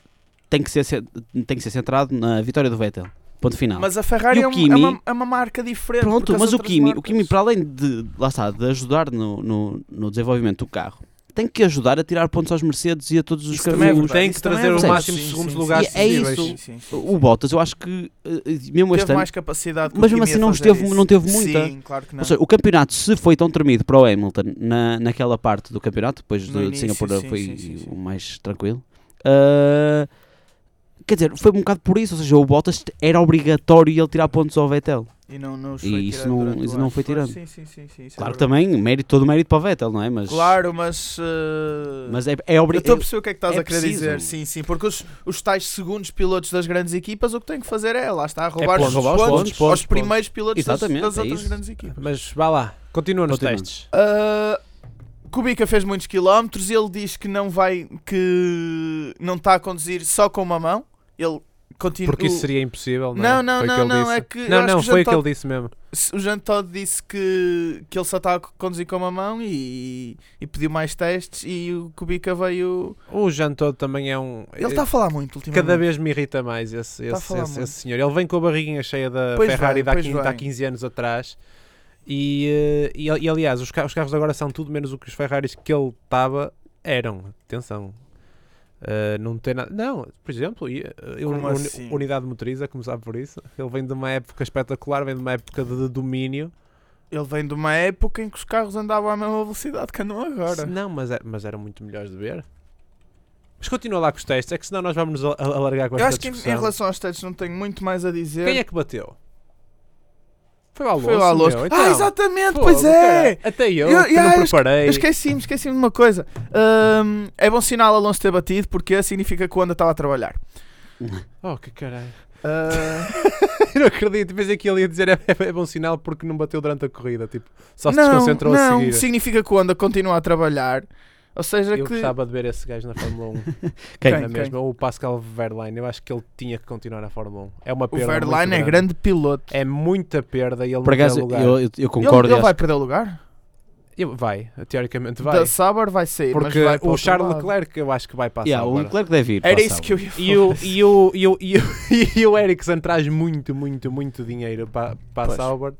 D: tem que ser, ce- tem que ser centrado na vitória do Vettel, ponto final.
C: Mas a Ferrari
D: E o
C: é, um- é
D: Kimi-
C: uma, é uma marca diferente. porque
D: Pronto,
C: as
D: mas o
C: outras
D: Kimi, o
C: marcas-
D: Kimi, para além de, lá está, de ajudar no, no, no desenvolvimento do carro, tem que ajudar a tirar pontos aos Mercedes e a todos os
C: Isso também é
D: caminhos.
C: verdade,
E: Tem que
C: isso também é
E: trazer o
C: verdade.
E: máximo de
C: Sim,
E: segundos
C: sim,
E: lugares
C: sim,
D: é
C: sim,
D: isso.
C: sim, sim, sim.
D: o Bottas, eu acho que eh, eh, mesmo este
C: Teve
D: ano,
C: mais capacidade que
D: Mas
C: o
D: mesmo
C: Kimi
D: assim
C: a
D: não
C: fazer
D: esteve-
C: isso.
D: não teve muita.
C: Sim, claro que não.
D: Ou seja, o campeonato, se foi tão tremido para o Hamilton na, naquela parte do campeonato, depois
C: No
D: do, de
C: início,
D: Singapura
C: sim,
D: foi
C: sim, sim, sim.
D: o mais tranquilo. ah, quer dizer, foi um bocado por isso. Ou seja, o Bottas era obrigatório ele tirar pontos ao Vettel.
C: e não, não os
D: e
C: foi
D: isso
C: tirando
D: não-
C: durante o
D: isso não
C: ano.
D: foi tirando.
C: Sim, sim, sim, sim, isso é
D: Claro que
C: verdade.
D: também, mérito, todo o mérito para o Vettel, não é? Mas,
C: Claro, mas. eh,
D: mas é, é
C: eu estou a
D: obrigatório.
C: perceber o que é que estás
D: é
C: a querer
D: preciso.
C: dizer. Sim, sim, porque os, os tais segundos pilotos das grandes equipas, o que têm que fazer é, lá está, roubar, os,
E: pontos, roubar os
C: pontos,
E: pontos, pontos,
C: aos primeiros pilotos das,
D: Exatamente,
C: das
D: é
C: outras
D: isso.
C: grandes equipas.
E: Mas vá lá, continua nos
D: Continuando.
E: testes.
C: Ah, Kubica fez muitos quilómetros, ele diz que não vai, que não está a conduzir só com uma mão. Ele continua.
E: Porque isso seria impossível, não,
C: Não,
E: é?
C: não,
E: Foi
C: não,
E: o que ele
C: não,
E: disse.
C: é que- eu
E: Não,
C: acho
E: não,
C: que o Jean
E: foi o que ele
C: Todt-
E: disse mesmo.
C: O Jean Todt disse que, que ele só está a conduzir com uma mão e, e pediu mais testes e o Kubica veio.
E: O Jean Todt também é um...
C: Ele está a falar muito ultimamente.
E: Cada vez me irrita mais esse,
C: Tá a
E: esse,
C: falar
E: esse-
C: muito.
E: esse senhor. Ele vem com a barriguinha cheia da
C: Pois
E: Ferrari
C: vem,
E: de há
C: pois
E: 15, de há
C: vem.
E: 15 anos atrás. E, eh, e, e, aliás, os, ca- os carros agora são tudo menos o que os Ferraris que ele estava eram. Atenção. Eh, não tem nada. Não, por exemplo, e, eh, eu-
C: Como
E: uni-
C: assim?
E: unidade motriz, a começar por isso. Ele vem de uma época espetacular, vem de uma época de, de domínio.
C: Ele vem de uma época em que os carros andavam à mesma velocidade que andam agora.
E: Não, mas, é- mas eram muito melhores de ver. Mas continua lá com os testes, é que senão nós vamos nos a- a- alargar com
C: Eu
E: esta
C: acho que em, em
E: discussão.
C: relação aos testes não tenho muito mais a dizer.
E: Quem é que bateu? é Foi o Alonso.
C: Foi o Alonso.
E: meu,
C: ah,
E: então.
C: exatamente,
E: Fogo,
C: pois é!
E: caralho. Até eu,
C: Eu-
E: que
C: yeah,
E: não
C: eu esque-
E: preparei.
C: Eu esqueci-me, esqueci-me de uma coisa. Ahm, é bom sinal Alonso ter batido porque significa que o Honda estava a trabalhar.
E: Oh, que caralho.
C: Ah,
E: Eu não acredito. Pensei que ele ia dizer é, é bom sinal porque não bateu durante a corrida. Tipo, só se
C: não,
E: desconcentrou a
C: não,
E: seguir.
C: significa que o Honda continua a trabalhar. Ou seja,
E: Eu
C: que.
E: gostava de ver esse gajo na Fórmula 1.
D: Quem?
E: Na mesma, o Pascal Verlaine. Eu acho que ele tinha que continuar na Fórmula 1. É uma
C: O
E: perda. muito
C: Verlaine é grande piloto.
E: É muita perda e ele
D: Por
E: não
D: acaso,
E: tem lugar.
D: eu, eu, eu
C: Ele-
D: concordo.
C: ele,
D: e acho-
C: vai perder o lugar?
E: Ele Vai, teoricamente vai.
C: Da Sauber vai sair. mas
E: Porque
C: vai para
E: o
C: outro
E: Charles
C: lado.
E: Leclerc é eu acho que vai passar
D: Yeah, o
E: agora.
D: Leclerc deve ir.
C: Era
D: para a
C: isso
D: Sauber.
C: que eu ia falar.
E: E o, e, o, e, o, e, o, e o Ericsson traz muito, muito, muito dinheiro para, para a
C: Pois.
E: Sauber.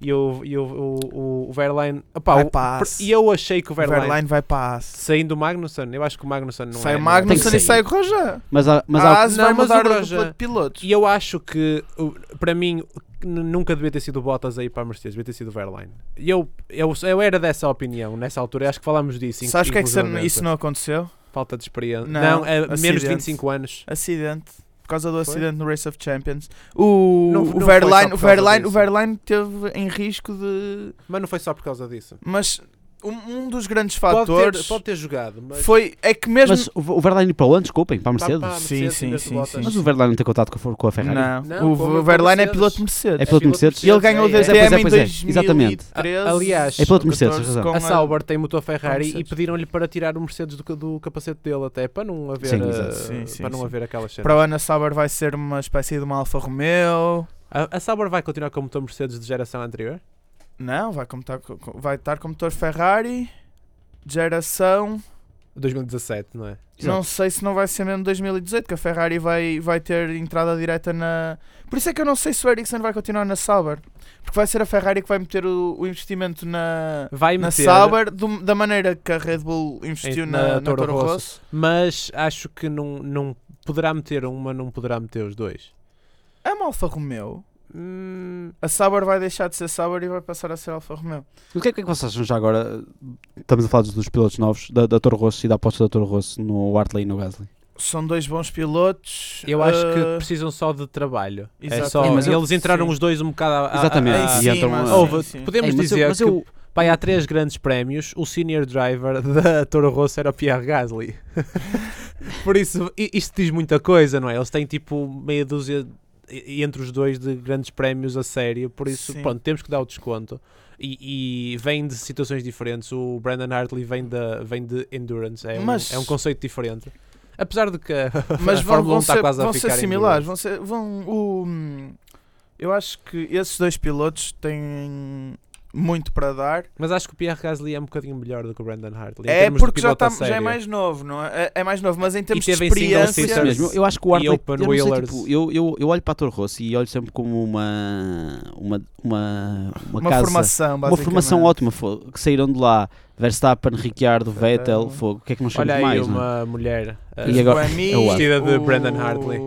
E: E o, e o, o- o, o Verlaine. opá,
C: Vai
E: o-
C: para a
E: per-
C: Asse.
E: e eu achei que o
C: O Verlaine,
E: Verlaine,
C: vai para a Asse.
E: saindo do Magnussen, eu acho que o Magnussen não
C: Sai
E: é.
C: o
E: não é.
C: Magnussen
D: Tem
C: e
D: que
C: sai o Roja.
D: Mas há, mas há-
C: a Asse
E: não,
C: vai
E: mas
C: mudar
E: o
C: a
E: Grosjean-
C: dupla de pilotos.
E: E eu acho que, o- para mim, n- nunca devia ter sido o Bottas aí para a Mercedes, devia ter sido o Verlaine. E Eu, eu, eu era dessa opinião nessa altura, eu acho que falámos disso.
C: Sabes o que é que isso não-
E: inclusivamente.
C: isso não aconteceu?
E: Falta de experiência. Não,
C: Não,
E: é menos
C: acidente.
E: de 25 anos.
C: acidente por causa do
E: Foi?
C: acidente no Race of Champions. O,
E: Não- não
C: o
E: foi só
C: Verlaine,
E: por
C: o
E: causa
C: Verlaine,
E: disso.
C: o Verlaine teve em risco de,
E: Mas não foi só por causa disso.
C: mas um, um dos grandes
E: Pode ter,
C: fatores
E: pode ter jogado, mas.
C: foi é que mesmo
D: mas o o Verlaine para onde? Desculpem, para a
E: Pá,
D: Mercedes.
E: pá,
C: Sim,
E: Mercedes
C: sim,
E: em vez de
C: sim,
E: Bottas.
C: sim.
D: Mas o Verlaine não tem contato com a, Fer- com a Ferrari.
C: não,
E: Não,
C: o
E: como
C: Verlaine é
E: Mercedes.
C: piloto Mercedes.
D: É piloto Mercedes.
C: e ele ganhou o
E: é, é.
D: Pois é,
C: DTM em
D: pois é, pois é, exatamente.
C: 2013.
E: Aliás,
D: É piloto Mercedes,
C: 14
D: razão.
C: com
E: A Sauber tem motor
C: com
E: Ferrari e
C: Mercedes.
E: pediram-lhe para tirar o Mercedes do, ca- do capacete dele até para não haver
D: Sim,
E: eh,
D: exato.
C: Sim, sim,
E: para não
C: sim.
E: haver aquelas cenas.
C: Para o ano a Sauber vai ser uma espécie de uma Alfa Romeo.
E: A, a Sauber vai continuar com o motor Mercedes de geração anterior?
C: Não, vai, como tá- com- vai estar com motor Ferrari. Geração
E: 2017, não é?
D: Exato.
C: Não sei se não vai ser mesmo 2018 que a Ferrari vai, vai ter entrada direta na. Por isso é que eu não sei se o Ericsson vai continuar na Sauber. Porque vai ser a Ferrari que vai meter o, o investimento na,
E: Vai
C: na
E: meter,
C: Sauber do- da maneira que a Red Bull investiu
E: Em-
C: na,
E: na
C: na
E: Toro
C: Toro,
E: Rosso.
C: Rosso.
E: mas acho que não, não poderá meter uma, não poderá meter os dois.
C: É uma Alfa Romeo.
E: Hum,
C: A Sauber vai deixar de ser Sauber e vai passar a ser Alfa Romeo.
D: O que é o que é que vocês acham já agora? Estamos a falar dos- dos pilotos novos, da, da Toro Rosso e da aposta da Toro Rosso no Hartley e no Gasly.
C: São dois bons pilotos.
E: eu acho que
C: ah,
E: precisam só de trabalho. É
C: exato.
E: só,
D: É, mas eu-
E: eles entraram
C: sim.
E: os dois um bocado a, a-
D: Exatamente.
E: a- a-
D: E
C: em
D: entram
C: cima,
D: a-
C: sim,
E: então, Houve-
C: sim.
E: podemos
D: Ei, mas eu-
E: dizer
D: mas
E: que
D: eu-
E: Pai, há três grandes prémios. O senior driver da Toro Rosso era o Pierre Gasly. Por isso, i- isto diz muita coisa, não é? Eles têm tipo meia dúzia e- entre os dois de grandes prémios a sério. Por isso,
C: Sim.
E: pronto, temos que dar o desconto. E, e vem de situações diferentes. O Brandon Hartley vem, da, vem de endurance. É um,
C: Mas-
E: é um conceito diferente. Apesar de que a
C: mas vão,
E: a Fórmula
C: vão
E: 1 está
C: ser,
E: quase a
C: vão
E: ficar
C: ser
E: em
C: similares.
E: endurance.
C: Vão ser, vão, o, hum, eu acho que esses dois pilotos têm muito para dar.
E: Mas acho que o Pierre Gasly é um bocadinho melhor do que o Brandon Hartley. em
C: É
E: termos de
C: porque já,
E: piloto a
C: tá- já é
E: sério.
C: mais novo, não é? É- É mais novo, mas em termos de
E: teve em single
D: Por isso
E: Sim.
C: experiência.
D: mesmo, eu acho que o
E: E
D: Hartley. Eu,
E: open
D: não sei,
E: wheelers.
D: tipo, eu, eu, eu olho para a Toro Rosso e olho sempre como uma. Uma. Uma, uma,
C: Uma
D: casa-
C: formação,
D: Uma formação ótima, fogo, que saíram de lá Verstappen, Ricciardo, Vettel,
C: Vettel.
D: fogo, o que é que não chama
E: Olha aí
D: mais? não é?
E: uma mulher. ah,
D: E agora- eu acho.
E: Vestida de Brandon Hartley.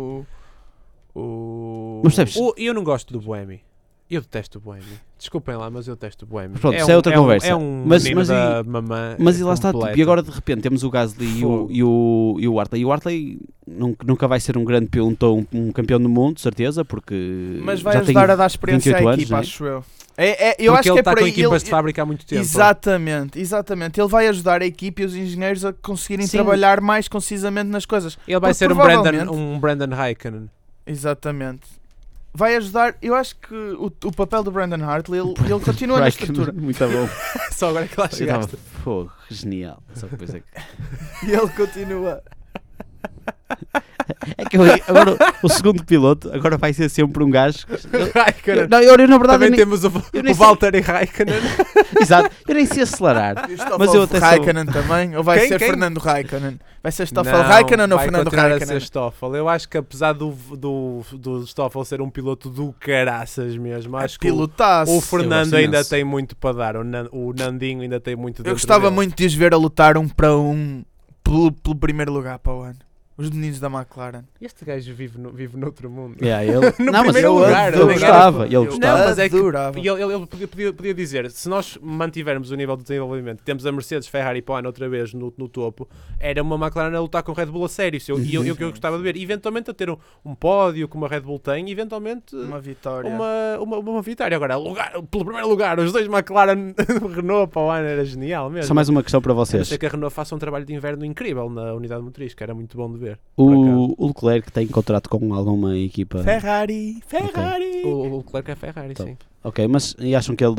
C: O...
D: Mas percebes?
E: O- eu não gosto do Boemi. Eu detesto o Boemi. Desculpem lá, mas eu detesto o Boemi.
D: Mas pronto, isso é outra
E: um-
D: conversa.
E: É um
D: Mas-
E: menino
D: mas e-
E: da mamã.
D: Mas e lá está, tipo,
E: completa.
D: e agora de repente temos o Gasly e o,
E: Fogo.
D: e o, e o Hartley. E o Hartley nun- nunca vai ser um grande pi- um, tão- um campeão do mundo, de certeza, porque
C: Mas vai
D: já tem
C: ajudar a dar experiência à
D: 28
C: equipa,
D: anos, não
C: acho
D: é?
C: eu. É, é- eu
E: Porque
C: acho
E: ele
C: que é
D: tá
E: está
C: por
E: com
C: aí.
E: equipas de
C: ele-
E: fábrica há muito tempo. é?
C: Exatamente, exatamente. Ele vai ajudar a equipe e os engenheiros a conseguirem
D: Sim.
C: trabalhar mais concisamente nas coisas.
E: Ele vai
C: Porque
E: ser um Brandon,
C: provavelmente-
E: um Brandon Raikkonen.
C: Exatamente. Vai ajudar, eu acho que o, o papel do Brandon Hartley, ele, ele continua na
D: Raikkonen,
C: estrutura.
D: Muito bom.
E: Só agora é que lá
D: Eu tava,
E: chegaste.
D: fogo, genial. Só que depois é, que...
C: E ele continua.
D: é que eu- agora o segundo piloto agora vai ser sempre um gajo. que- eu- eu-
E: Raikkonen.
D: não, eu, eu na verdade eu
E: Também
D: nem,
E: temos o,
D: eu nem
E: o
D: sei-
E: Valtteri Raikkonen.
D: exato, eu nem sei acelerar. Mas
C: Mas
D: eu
C: eu
D: até sou-
C: Raikkonen também, ou vai
E: Quem,
C: ser
E: quem?
C: Fernando Raikkonen? Vai ser Stoffel
E: Não,
C: Raikkonen ou
E: vai
C: Fernando
E: continuar a
C: Raikkonen?
E: ser Stoffel. Eu acho que apesar do, do, do Stoffel ser um piloto do caraças mesmo,
D: É
E: acho que o-
C: Pilotaço.
E: O Fernando
D: gosto
E: ainda
D: imenso.
E: tem muito para dar, o, Nan- o Nandinho ainda tem muito
C: Eu
E: dentro
C: gostava
E: dele.
C: muito de os ver a lutar um para um pelo, pelo primeiro lugar para o ano. Os meninos da McLaren.
E: Este gajo vive, no, vive noutro mundo.
C: É.
D: Yeah, ele... não, mas
E: primeiro
D: ele,
E: lugar,
D: ele
E: ele
D: gostava,
C: Eu
D: ele gostava.
E: mas é que-
C: adorava.
E: E ele, ele- ele podia, podia- podia dizer: se nós mantivermos o nível de desenvolvimento, temos a Mercedes, Ferrari e Pona outra vez no, no topo, era uma McLaren a lutar com Red Bull a sério. isso eu- E eu, eu, que eu gostava de ver, eventualmente a ter um, um pódio como a Red Bull tem, e eventualmente
C: Uma vitória.
E: uma, uma, uma vitória. Agora, lugar, pelo primeiro lugar, os dois McLaren Renault para o ano era genial mesmo.
D: Só mais uma questão para
E: a não
D: vocês.
E: ser que a Renault faça um trabalho de inverno incrível na unidade motriz, que era muito bom de ver.
D: O, o Leclerc tem contrato com alguma equipa.
C: Ferrari. Ferrari.
E: O, o Leclerc é Ferrari,
D: Top.
E: sim.
D: Ok, mas e acham que ele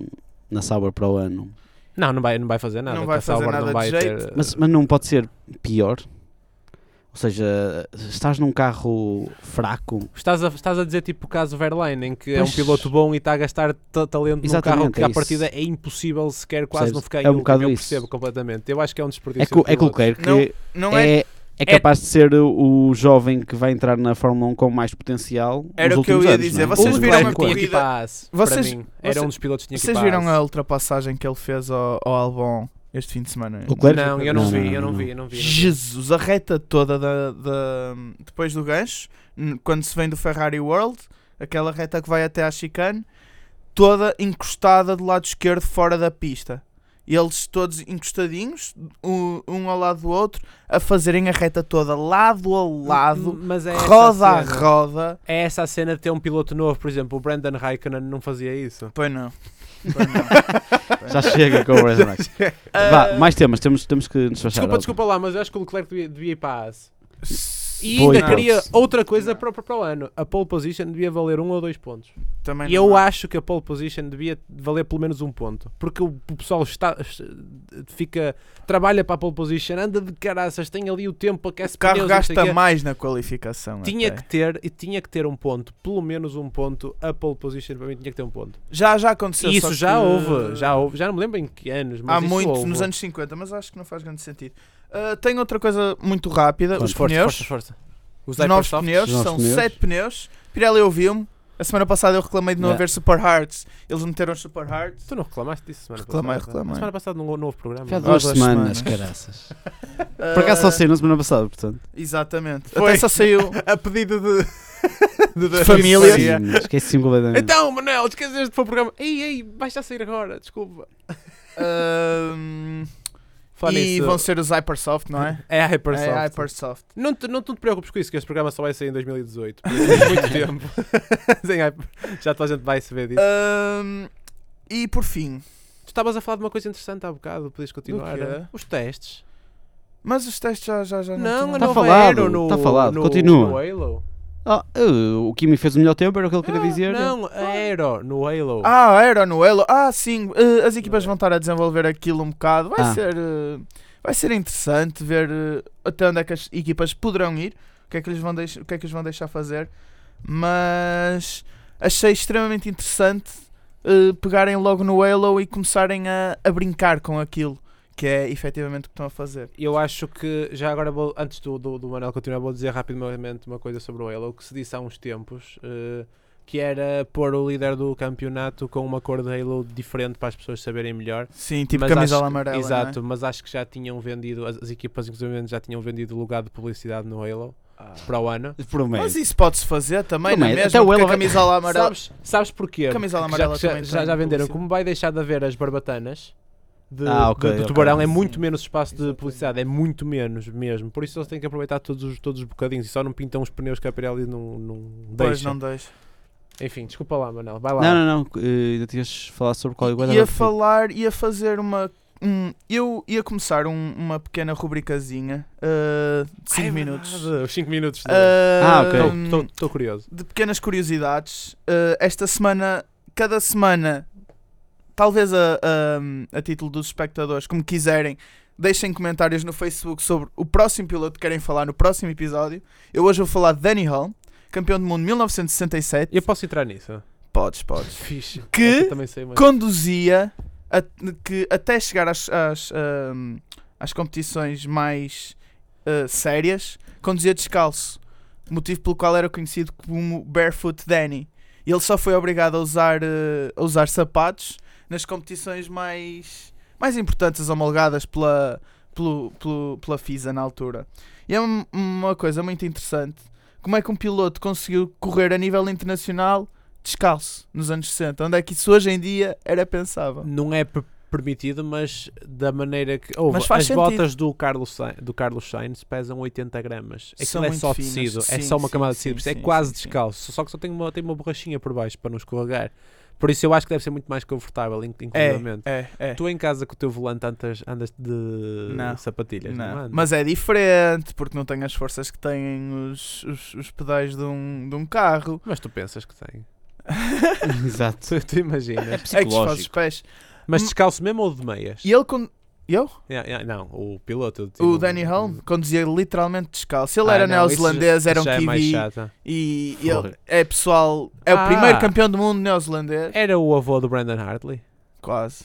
D: eh, na Sauber para o ano.
E: Não, não vai, não vai fazer nada.
C: Não
E: que
C: vai
E: a Sauber
C: fazer nada
E: não vai
C: de jeito.
E: ter-
D: Mas, mas não pode ser pior? Ou seja, estás num carro fraco.
E: Estás a, estás a dizer tipo o caso Verlaine, em que é um
D: Pois.
E: piloto bom e está a gastar ta- talento num
D: Exatamente,
E: carro que
D: é
E: à
D: isso.
E: partida é impossível sequer
D: Percebes?
E: quase não ficar
D: É
E: em
D: um
E: último.
D: bocado
E: Eu
D: isso.
E: percebo completamente. Eu acho que é um desperdício.
D: É que, o-
E: de
D: é que o
E: pilotos.
D: Leclerc
C: Não,
D: que
C: Não é,
D: é, é, capaz de ser o o jovem que vai entrar na Fórmula 1 com mais potencial.
C: Era
D: nos
C: o que eu
D: últimos
C: ia
D: anos,
C: dizer.
D: não é?
C: Vocês
E: o
D: Ou
C: viram
D: seja,
C: a
E: Leclerc
D: quando-
E: tinha
C: corrida?
E: que ir para as- para
C: Vocês-
E: mim, era
C: vocês-
E: um dos pilotos que tinha que ir
C: Vocês
E: para
C: viram
E: as-
C: a ultrapassagem que ele fez ao, ao Albon este fim de semana?
D: O Leclerc?
E: Não, eu não,
D: Não,
E: vi,
D: não,
E: eu não
D: não.
E: vi, eu não vi. eu não vi.
C: Jesus, a reta toda da, da- depois do gancho, n- quando se vem do Ferrari World, aquela reta que vai até à chicane, toda encostada do lado esquerdo fora da pista. Eles todos encostadinhos, um, um ao lado do outro, a fazerem a reta toda lado a lado,
E: Mas é essa
C: roda a
E: cena.
C: roda.
E: É essa a cena de ter um piloto novo, por exemplo, o Brandon Raikkonen não fazia isso.
C: Pois não. Pois não.
D: Já chega com o Brazen Max. Vá, mais temas, temos, temos que nos fechar.
E: Desculpa, desculpa lá, mas eu acho que o Leclerc devia, devia ir para as. E
D: Boa
E: ainda
D: hipótese.
E: queria outra coisa para, para o ano. A pole position devia valer um ou dois pontos.
C: Também
E: E
C: não
E: eu
C: há.
E: acho que a pole position devia valer pelo menos um ponto. Porque o o pessoal está, fica, trabalha para a pole position, anda de caraças, tem ali o tempo, aquece
C: O carro
E: pneus, e não sei o
C: gasta
E: quê.
C: mais é? na qualificação.
E: Tinha
C: até.
E: que ter, e tinha que ter um ponto, pelo menos um ponto, a pole position para mim tinha que ter um ponto.
C: Já, já aconteceu.
E: E
C: é só
E: isso já
C: que-
E: houve, já houve, já não me lembro em que anos, mas
C: Há
E: isso
C: muito,
E: houve.
C: nos anos 50, mas acho que não faz grande sentido. Ah, tem outra coisa muito rápida: os
E: Força,
C: pneus.
E: força, força. Os
C: Os novos
E: Hypersoft,
C: pneus,
D: Os novos
C: são
D: pneus.
C: sete pneus. Pirelli ouviu-me. A semana passada eu reclamei de não
D: Yeah.
C: haver Super Hearts. Eles meteram os Super Hearts.
E: tu não reclamaste disso semana
C: Reclamei,
E: passada?
C: reclamei.
E: A semana passada num novo programa. é?
D: Foi há
C: Há
D: duas
C: duas
D: semanas,
C: semanas.
D: caraças. Por acaso só
C: Ah,
D: saiu na semana passada, portanto.
C: Exatamente.
E: Foi.
C: Até só saiu.
E: a pedido de, de, de-
C: Família.
E: de-
D: Esqueci-me, Esqueci-me completamente.
E: Então, Manel, esqueceste para o programa. Ei, ei, vais já sair agora, desculpa.
C: Ahm,
E: Falar
C: ah, e
E: nisso,
C: vão ser os Hypersoft, não é?
E: É a Hypersoft.
C: É a Hypersoft.
E: Não, te, não te preocupes com isso, que este programa só vai sair em 2018. por isso temos muito tempo. Sem Hyper- já toda a gente vai se ver disso.
C: Ahm, Ah, e por fim.
E: Tu estavas a falar de uma coisa interessante há bocado, podias continuar. eh?
C: Do quê?
E: Os testes.
C: Mas os testes já, já, já não,
E: Não,
C: tinham-
E: a
D: Tá
E: Nova
D: falado,
E: Aero no,
D: tá falado,
E: no-
D: continua.
E: no Halo.
D: Ah, uh, o Kimi fez o melhor tempo, era o que ele queria
E: Ah,
D: dizer.
E: Não, a Aero no Halo.
C: Ah, era no Elo. Ah, sim. eh, as equipas vão estar a desenvolver aquilo um bocado. Vai
D: Ah.
C: ser. eh, vai ser interessante ver eh, até onde é que as equipas poderão ir. O que é que lhes vão, deix- o que é que os vão deixar fazer. Mas achei extremamente interessante eh, pegarem logo no Halo e começarem a, a brincar com aquilo. Que é efetivamente o que estão a fazer.
E: Eu acho que, já agora, vou- antes do, do, do Manuel continuar, vou dizer rapidamente uma coisa sobre o Halo, que se disse há uns tempos, eh, que era pôr o líder do campeonato com uma cor de Halo diferente para as pessoas saberem melhor.
C: Sim, tipo
E: Mas
C: camisola
E: acho que-
C: amarela.
E: Exato, mas acho que já tinham vendido, as, as equipas inclusive já tinham vendido lugar de publicidade no Halo para o ano.
C: não é?
D: Prometo.
C: Mas isso pode-se fazer também, não é
D: Promete.
C: mesmo?
D: Até o
C: Porque
D: Halo
C: a
D: vai-
C: camisola amarela.
E: Sabes, sabes porquê?
C: A camisola
E: Porque
C: amarela
E: já, já,
C: também
E: já,
C: tem
E: já venderam.
C: publicidade.
E: Como vai deixar de haver as barbatanas de,
D: Ah, ok,
E: de- do
D: ok,
E: tubarão, é
D: sim.
E: muito menos espaço de publicidade, é muito menos mesmo. Por isso eles têm que aproveitar todos os, todos os bocadinhos e só não pintam os pneus que a Pirelli não, não
C: Pois,
E: deixa.
C: não deixa.
E: Enfim, desculpa lá, Manel, vai lá.
D: Não, não, não. eh, Ainda tinhas falado sobre qual igual
C: ia falar, ia fazer uma. um- eu ia começar um- uma pequena rubricazinha ah, de 5 minutos.
E: 5 minutos.
C: Ah,
D: Ah, ok.
C: hum,
E: Estou curioso.
C: De pequenas curiosidades. ah, esta semana, cada semana, talvez a, a, a título dos espectadores, como quiserem, deixem comentários no Facebook sobre o próximo piloto que querem falar no próximo episódio. Eu hoje vou falar de Danny Hall, campeão do mundo 1967.
E: Eu posso entrar nisso?
C: Podes, podes.
E: Fixe.
C: Que-
E: Essa também sei, mas...
C: conduzia a- que até chegar às, às, ahm, às competições mais ah, sérias, conduzia descalço. Motivo pelo qual era conhecido como Barefoot Danny. Ele só foi obrigado a usar, ah, a usar sapatos nas competições mais, mais importantes, homologadas pela, pelo, pelo- pela FISA na altura. E é um- uma coisa muito interessante. Como é que um piloto conseguiu correr a nível internacional descalço nos anos 60? Onde é que isso hoje em dia era pensável?
E: Não é per- permitido, mas da maneira que. Ouve,
C: Mas faz
E: as
C: sentido.
E: botas do Carlos, Sain- do Carlos Sainz pesam 80 gramas.
C: São
E: Aquilo é
C: muito
E: só
C: finas.
E: tecido, é
C: Sim,
E: só uma
C: sim,
E: camada de
C: sim,
E: tecido, por isso é
C: sim,
E: quase
C: sim, sim.
E: descalço. Só que só tem uma, tem uma borrachinha por baixo para não escorregar. Por isso eu acho que deve ser muito mais confortável, in-
C: É,
E: inclusivamente.
C: é, é.
E: Tu em casa com o teu volante andas, andas de um
C: Não.
E: sapatilhas, não,
C: Não.
E: andas?
C: Mas é diferente, porque não tem as forças que têm os, os, os pedais de um, de um carro.
E: Mas tu pensas que tem.
D: Exato.
E: Tu, tu
D: É
E: imaginas.
C: É que desfaz os
D: psicológico.
C: pés.
E: Mas descalço mesmo ou de meias?
C: E ele. Con... Eu?
E: Yeah, yeah, não, o piloto. eu digo-
C: O Danny Holm conduzia literalmente descalço. Ele
E: Tipo, Ah,
C: era
E: não,
C: neozelandês,
E: isso já-
C: era um
E: já é mais
C: kiwi.
E: chata.
C: e ele
D: Porra.
C: é pessoal. É
E: Ah. É.
C: o primeiro campeão do mundo neozelandês.
E: Era o avô do Brandon Hartley.
C: Quase.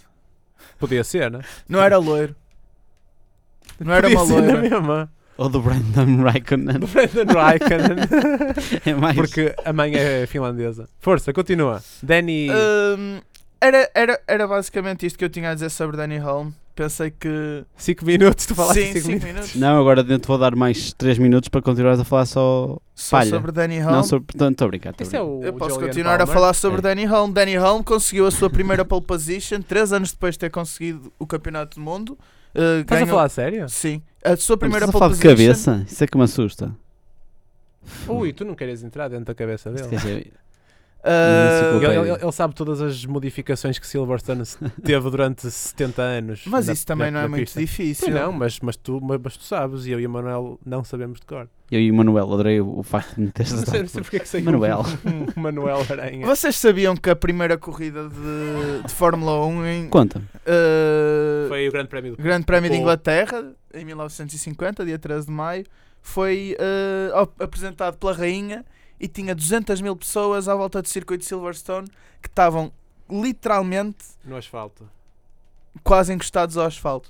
E: Podia ser, né?
C: Não era loiro. Não era
E: Podia
C: uma
E: ser na
C: loira.
E: mesma.
D: Ou do Brandon
E: Do
D: Raikkonen.
E: Brandon Raikkonen.
D: É mais.
E: Porque a mãe é finlandesa. Força, continua. Danny.
C: Hum, era, era, era basicamente isto que eu tinha a dizer sobre Danny Holm. Pensei que.
E: 5 minutos, tu falaste
C: Sim,
E: 5
C: cinco
E: minutos.
C: minutos.
D: Não, agora dentro vou dar mais 3 minutos para continuares a falar só.
C: Só
D: Palha.
C: sobre Danny Holm.
D: Não, sobre. Portanto, estou a brincar. tô a
E: Esse é
D: brincar.
E: o
C: Eu posso
E: Julian
C: continuar a
E: Palmer.
C: falar sobre
D: É.
C: Danny Holm. Danny Holm conseguiu a sua primeira pole position três anos depois de ter conseguido o campeonato do mundo. Uh,
E: Estás a
C: ganhou-
E: falar a sério?
C: Sim. A sua
D: Mas
C: primeira
D: estás
C: pole
D: a falar de
C: position.
D: cabeça? Isso é que me assusta.
E: Ui, tu não queres entrar dentro da cabeça
D: Isso é quer
E: dele.
D: dizer,
C: Uh,
E: Ele,
D: Ok.
E: ele- ele sabe todas as modificações que Silverstone teve durante 70 anos.
C: mas
E: na-
C: isso também
E: na-
C: não é
E: na
C: muito
E: pista.
C: difícil.
E: Pois não, mas, mas, tu, mas, mas tu sabes e eu e o Manuel não sabemos de cor.
D: Eu e o Manuel adorei o o facto de me teres
E: Não sei, não sei
D: dado.
E: porque é que saiu
D: Manuel.
E: um- um Manuel Aranha.
C: Vocês sabiam que a primeira corrida de, de Fórmula 1 em
D: Conta.
C: uh,
E: Foi o grande prémio do
C: Grande Prémio de
E: Foi.
C: Inglaterra, em 1950, dia 13 de maio, foi uh, op- apresentado pela Rainha e tinha 200 mil pessoas à volta do circuito de Silverstone que estavam literalmente
E: no asfalto.
C: quase encostados ao asfalto.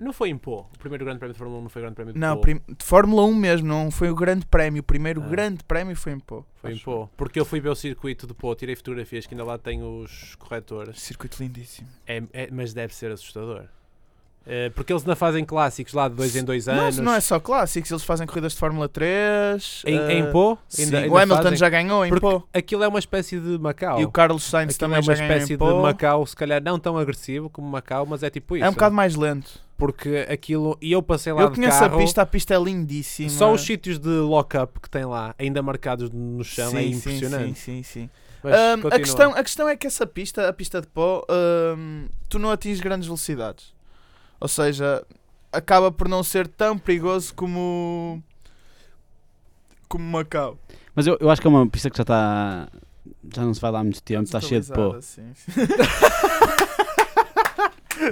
E: Não foi em Pô. O primeiro grande prémio de Fórmula 1 não foi o grande prémio de
C: Não,
E: Pô.
C: prim- de Fórmula 1 mesmo, não foi o grande prémio. O primeiro
E: Ah.
C: grande prémio foi em Pô.
E: Foi em
C: Acho.
E: Pô. Porque eu fui ver o circuito de Pô, tirei fotografias que ainda lá tem os corretores.
C: Circuito lindíssimo.
E: É, é- mas deve ser assustador. Eh, porque eles ainda fazem clássicos lá de dois em dois
C: Não,
E: anos.
C: não é só clássicos, eles fazem corridas de Fórmula 3.
E: Em,
C: eh,
E: em Pô?
C: sim,
E: Ainda, ainda
C: o Hamilton
E: fazem.
C: já ganhou em
E: Porque
C: Pô.
E: Aquilo é uma espécie de Macau.
C: E o Carlos Sainz
E: Aquilo
C: também
E: é uma
C: já ganhou
E: espécie
C: em
E: de
C: Pô.
E: Macau, se calhar não tão agressivo como Macau, mas é tipo isso.
C: É um bocado mais lento.
E: Porque aquilo. E eu passei lá
C: Eu
E: de
C: conheço
E: carro,
C: a pista, a pista é lindíssima.
E: Só os sítios de lock-up que tem lá, ainda marcados no chão, é
C: Sim, sim,
E: impressionante.
C: Sim, sim, sim.
E: Mas
C: Ahm,
E: continua.
C: a, questão, a questão é que essa pista, a pista de pó, ahm, tu não atinges grandes velocidades. Ou seja, acaba por não ser tão perigoso como. como Macau.
D: Mas eu, eu acho que é uma pista que já está. Já não se vai lá há muito
E: um
D: tempo, está cheia de pó.
C: Sim.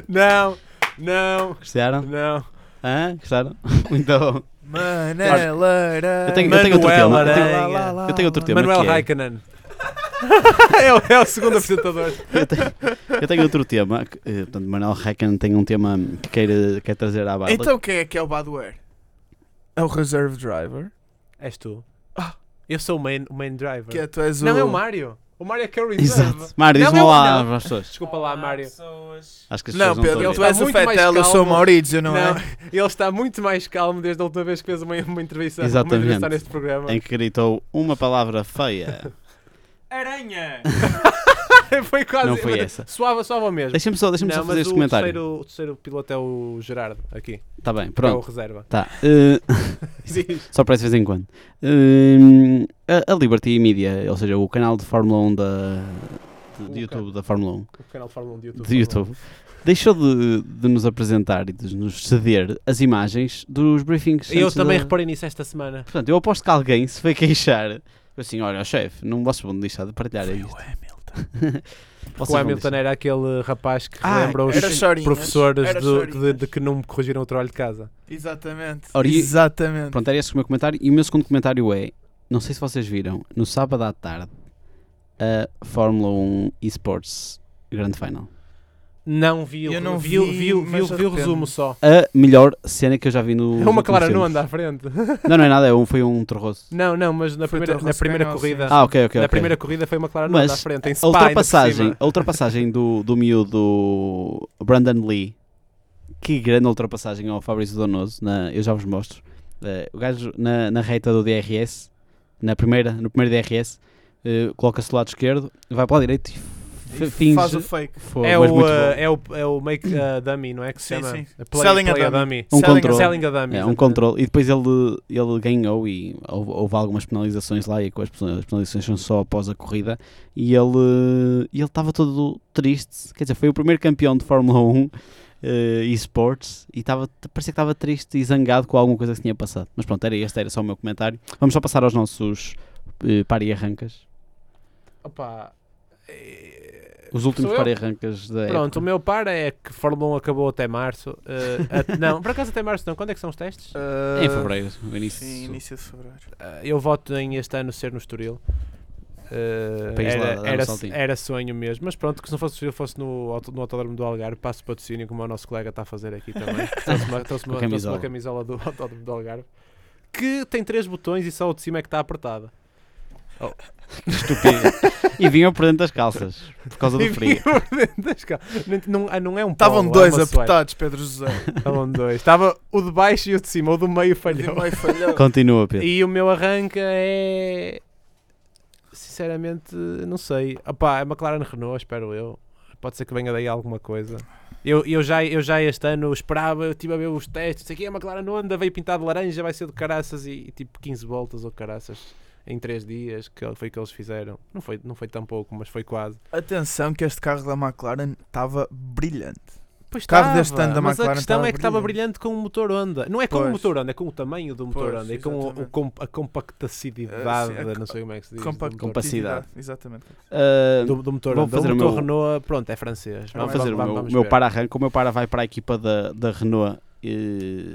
E: Não, não,
D: Gostaram?
E: não.
D: Hã? Gostaram? Então, Muito bom.
C: Maneleira.
D: Eu tenho- eu tenho outro
E: Manuel
D: tema. Eu
E: Aranha.
D: tenho, eu tenho outro tema.
E: Ah, Manuel
D: que é-
E: Raikkonen. é, o- é o segundo apresentador.
D: eu, tenho, eu tenho outro tema. que, eh, Portanto, Manuel Raikkonen tem um tema que quer, quer trazer à baila.
C: Então quem é que é o Badware? É o Reserve Driver.
E: És tu.
C: Ah.
E: Eu sou o main, o main driver.
C: Que é, tu és
E: Não,
C: o.
E: é o Mário. O Mário é que é o reserve.
D: Exato. Mário,
E: Não,
D: diz-me
E: não,
D: lá
E: não.
D: às pessoas.
E: Desculpa lá, Mário.
D: Acho que as
C: Não,
D: pessoas não
C: Pedro,
D: estão
C: tu
D: a
E: ouvir.
C: és o
E: Está muito mais
C: Fetel, eu sou o
E: calmo.
C: Maurício, não,
E: Não,
C: é?
E: ele está muito mais calmo desde a última vez que fez uma, uma entrevista. Uma
D: Exatamente.
E: entrevista neste programa.
D: ver. Em que gritou uma palavra feia.
F: Aranha!
E: foi quase.
D: Não foi
E: mas
D: essa.
E: Suava, suava mesmo.
D: Deixa-me só, deixa
E: Não,
D: só
E: mas
D: fazer este
E: o
D: comentário.
E: Terceiro, o terceiro piloto é o Gerardo, aqui.
D: Está bem,
E: que É o
D: pronto.
E: reserva.
D: Tá. Eh,
E: Diz.
D: Só aparece de vez em quando. Hum, a, a Liberty Media, ou seja, o canal de Fórmula 1 da, de, de
E: O
D: YouTube, da Fórmula
E: O canal de Um
C: um
E: Fórmula 1 de
D: 1,
E: YouTube.
D: de YouTube, deixou de, de nos apresentar e de nos ceder as imagens dos briefings.
E: Eu
D: antes
E: também
D: da-
E: reparei nisso esta semana.
D: Portanto, eu aposto que alguém se foi queixar. Assim, olha, chefe, não vocês vão deixar de partilhar
C: Foi
D: isto.
C: o Hamilton.
D: Vocês
E: o
D: vão
E: Hamilton é
D: deixar.
E: era aquele rapaz que
D: Ah,
E: lembra os
C: era chorinhas.
E: professores
C: Era
E: do- de,
C: chorinhas.
E: de que não me corrigiram o trabalho de casa.
C: Exatamente.
D: Ora, e-
C: Exatamente.
D: Pronto, é era esse o meu comentário. E o meu segundo comentário é: não sei se vocês viram, no sábado à tarde, a Fórmula 1 Esports Grand Final.
E: Não vi, o-
C: Eu não
E: vi, o-
C: vi,
E: vi, o- vi, o-
C: mas
E: vi o
C: arrependo-me.
E: resumo só.
D: A melhor cena que eu já vi no.
E: É uma clara
D: no
E: não anda à frente.
D: Não, não é nada, é um, foi um torroso.
E: Não, não, mas na
C: Foi o
E: primeira,
C: Torres
E: na
C: que
E: primeira
C: ganhou,
E: corrida.
D: Ah, ok, ok.
E: Na
D: ok.
E: primeira corrida foi uma clara não
D: Mas
E: anda à frente. Em
D: a
E: Spa, ainda por
D: ultrapassagem,
E: cima.
D: a ultrapassagem do, do miúdo Brandon Lee que grande ultrapassagem ao Fabrício Donoso. Na, eu já vos mostro. Eh, o gajo na, na reta do DRS, na primeira, no primeiro DRS, eh, coloca-se do lado esquerdo, vai para o direito e f- finge.
C: Faz o fake.
D: Foi,
E: É
D: mas
E: o,
D: muito
E: uh,
D: bom.
E: é, o, é o Make a Dummy, não é que se
C: Sim,
E: chama?
C: sim.
E: A play,
C: Selling a
E: play
C: Dummy.
D: Um
C: Selling a-
D: controle.
E: Selling a Dummy.
D: É, um
E: exatamente.
D: controle. E depois ele, ele ganhou e houve, houve algumas penalizações lá e com as pena- as penalizações são só após a corrida e ele e ele estava todo triste. Quer dizer, foi o primeiro campeão de Fórmula 1 eh, e Sports e estava, parecia que estava triste e zangado com alguma coisa que tinha passado. Mas pronto, era este era só o meu comentário. Vamos só passar aos nossos eh, par e arrancas.
E: Opa, eh,
D: Os últimos
E: Sou eu?
D: par e arrancas da
E: Pronto, o
D: época.
E: meu par é que Fórmula 1 acabou até março. eh, a- não, por acaso até março não. Quando é que são os testes?
D: Em fevereiro, é no início.
C: Sim, início de fevereiro.
E: Eh, eu voto em este ano ser no Estoril. Eh,
D: País lá, dá um
E: era, era,
D: saltinho.
E: era sonho mesmo, mas pronto, que se não fosse o Estoril, fosse no, auto- no Autódromo do Algarve, passo patrocínio, como o nosso colega está a fazer aqui também. Trouxe uma, trouxe uma-
D: Com a
E: trouxe
D: camisola.
E: uma camisola do Autódromo do Algarve que tem três botões e só o de cima é que está apertada.
D: Estúpido. e vinham por dentro das calças por causa do
E: E
D: frio.
E: vinha por dentro das cal- Não, não- não é um
C: Estavam
D: Oh,
E: polo, é
C: dois
E: uma suéte.
C: apertados, Pedro José.
E: Estavam dois. Estava o de baixo e o de cima, o do meio falhou.
C: Meio falhou.
D: Continua, Pedro.
E: E o meu arranca é. Sinceramente, não sei. Opá, é McLaren Renault, espero eu. Pode ser que venha daí alguma coisa. Eu, eu, já, eu já este ano esperava, eu estive a ver os testes, sei que é a McLaren anda, veio pintado de laranja, vai ser de caraças e, e tipo 15 voltas ou caraças em 3 dias, que foi o que eles fizeram. Não foi, não foi tão pouco, mas foi quase.
C: Atenção que este carro da McLaren estava brilhante.
E: Pois
C: Carro
E: estava,
C: deste ano da
E: mas
C: McLaren
E: a questão
C: estava
E: é que estava
C: brilhante.
E: brilhante com o motor Honda. Não é com o
C: Pois.
E: motor Honda, é com o tamanho do motor
C: Pois,
E: Honda e com o- o,
C: exatamente.
E: com- a compactacidade,
C: Eh, sim, a
E: não sei como é que se diz. do
C: Compact-
E: motor.
D: Compacidade.
C: Exatamente.
D: Ah,
E: do, do motor
D: Vou
E: Honda.
D: fazer
E: o
D: o
E: motor
D: meu-
E: Renault, pronto, é francês.
D: Vou
C: Vamos-
D: fazer
C: vamos-
D: o meu,
E: ver.
D: meu para arranca. O meu para vai para a equipa da, da Renault eh,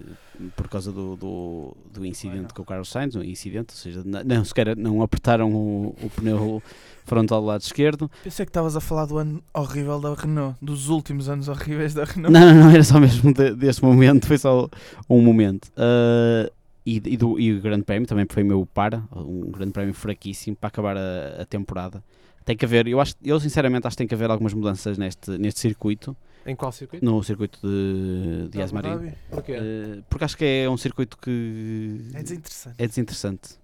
D: por causa do, do, do incidente com o Carlos Sainz, um incidente, ou seja, na- não, sequer não apertaram o, o pneu frontal do lado esquerdo.
C: Pensei que estavas a falar do ano horrível da Renault, dos últimos anos horríveis da
D: Não,
C: Renault.
D: não, não, era só mesmo de- deste momento, foi só um momento. Ah, e, e do, e o Grande Prémio também foi meu para, um Grande Prémio fraquíssimo para acabar a, a temporada. Tem que haver, eu, acho, eu sinceramente acho que tem que haver algumas mudanças neste, neste circuito,
E: Em qual circuito?
D: no circuito de,
C: Tá,
D: de Asmarino.
E: Porquê?
D: Eh, porque acho que é um circuito que
C: É desinteressante.
D: é desinteressante.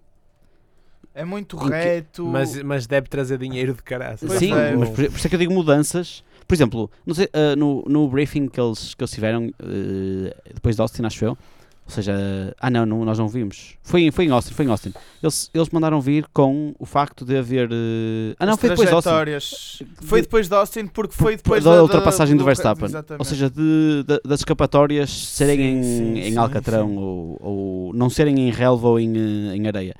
C: É muito
D: Em que-
C: reto.
E: Mas, mas deve trazer dinheiro de caraças.
C: Pois
D: Sim,
C: é,
D: mas
E: Bom,
D: por, por isso é que eu digo mudanças. Por exemplo, não sei, eh, no, no briefing que eles, que eles tiveram eh, depois de Austin, acho eu. Ou seja, ah não, não, nós não vimos. Foi, em- foi em Austin, foi em Austin. Eles, eles mandaram vir com o facto de haver. eh, ah não,
C: As
D: foi depois de Austin.
C: trajetórias- Foi depois de Austin porque foi depois
D: da ultrapassagem do Verstappen.
C: Exatamente.
D: Ou seja, de- da- das escapatórias serem
C: Sim,
D: em,
C: sim,
D: em
C: sim,
D: Alcatrão
C: sim.
D: Ou, ou não serem em relva ou em, eh, em areia.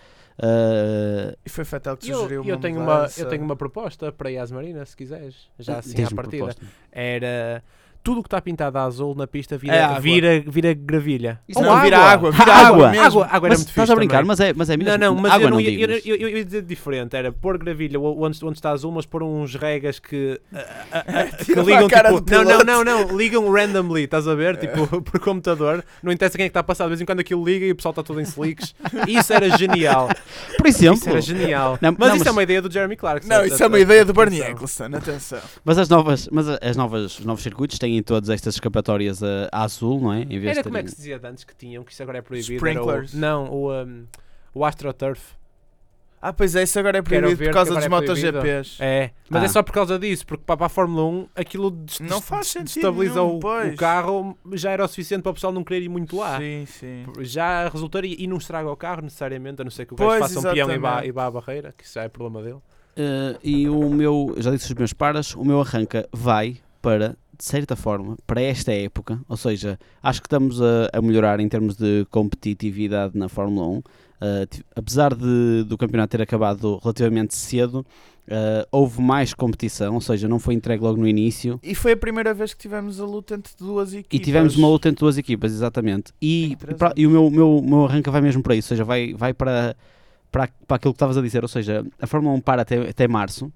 D: Eh,
C: e foi Fatal que
E: eu,
C: sugeriu
E: eu tenho uma,
C: mudança.
E: eu tenho uma proposta para Yas Marina, se quiseres. Já assim à
D: tens-me
E: partida.
D: proposta.
E: Era. Tudo o que está pintado a azul na pista vira,
D: É água.
E: vira, vira gravilha.
D: Isso
E: Ou
D: não,
C: vira água, vira
E: água,
D: água
E: mesmo. água, água era
D: Mas
E: muito
D: estás
E: fixe
D: a brincar,
E: também.
D: mas é, mas é mesmo.
E: Não, não, mas
D: água
E: eu, não ia,
D: digo.
E: eu, eu- eu ia dizer diferente. Era pôr gravilha o- onde, onde está azul, mas pôr uns regas que, ah, ah, ah, que
C: Tira lá
E: ligam
C: a cara
E: tipo.
C: do
E: Não, não,
C: piloto. É.
E: não, não. Ligam randomly, estás a ver? Tipo, por computador. Não interessa quem é que está a passar. De vez em quando aquilo liga e o pessoal está todo em slicks. Isso era genial.
D: Por exemplo,
E: Isso era genial.
D: Então Não,
E: mas
D: não,
E: isso é
D: mas-
E: uma ideia do Jeremy Clarkson.
C: Não, isso é uma ideia do Bernie
E: Atenção.
C: Eccleston, atenção.
D: mas as novas, mas a- as novas, os novos circuitos têm todas estas escapatórias a, a azul, não é? Em vez
E: Era
D: de
E: como é que
D: terem-
E: se dizia de antes que tinham, que isso agora é proibido. era o-
C: Sprinklers.
E: não, o, um, o AstroTurf.
C: Ah, pois é, isso agora é
E: Quero
C: proibido
E: ver
C: por causa
E: que
C: dos
E: agora é proibido.
C: MotoGPs.
E: É, mas
D: Ah.
E: é só por causa disso, porque pá, para a Fórmula 1 aquilo des-
C: Não
E: des-
C: faz
E: des-
C: sentido
E: destabiliza
C: nenhum,
E: o- o,
C: pois.
E: carro, já era o suficiente para o pessoal não querer ir muito lá.
C: Sim, sim.
E: Já resultaria e não estraga o carro necessariamente, a não ser que o
C: Pois,
E: gajo faça um peão e vá,
C: exatamente.
E: e vá à barreira, que isso já é problema dele.
D: Eh, e o meu, já disse os meus paras, o meu arranca vai para, de certa forma, para esta época, ou seja, acho que estamos a, a melhorar em termos de competitividade na Fórmula 1. Eh, ti- apesar de, do campeonato ter acabado relativamente cedo, eh, houve mais competição, ou seja, não foi entregue logo no início.
C: E foi a primeira vez que tivemos a luta entre duas equipas.
D: E tivemos uma luta entre duas equipas, exatamente. E,
C: Interessante.
D: pra- e o meu, meu, meu arranca vai mesmo para isso, ou seja, vai, vai para, para, para aquilo que estavas a dizer, ou seja, a Fórmula 1 para até, até março,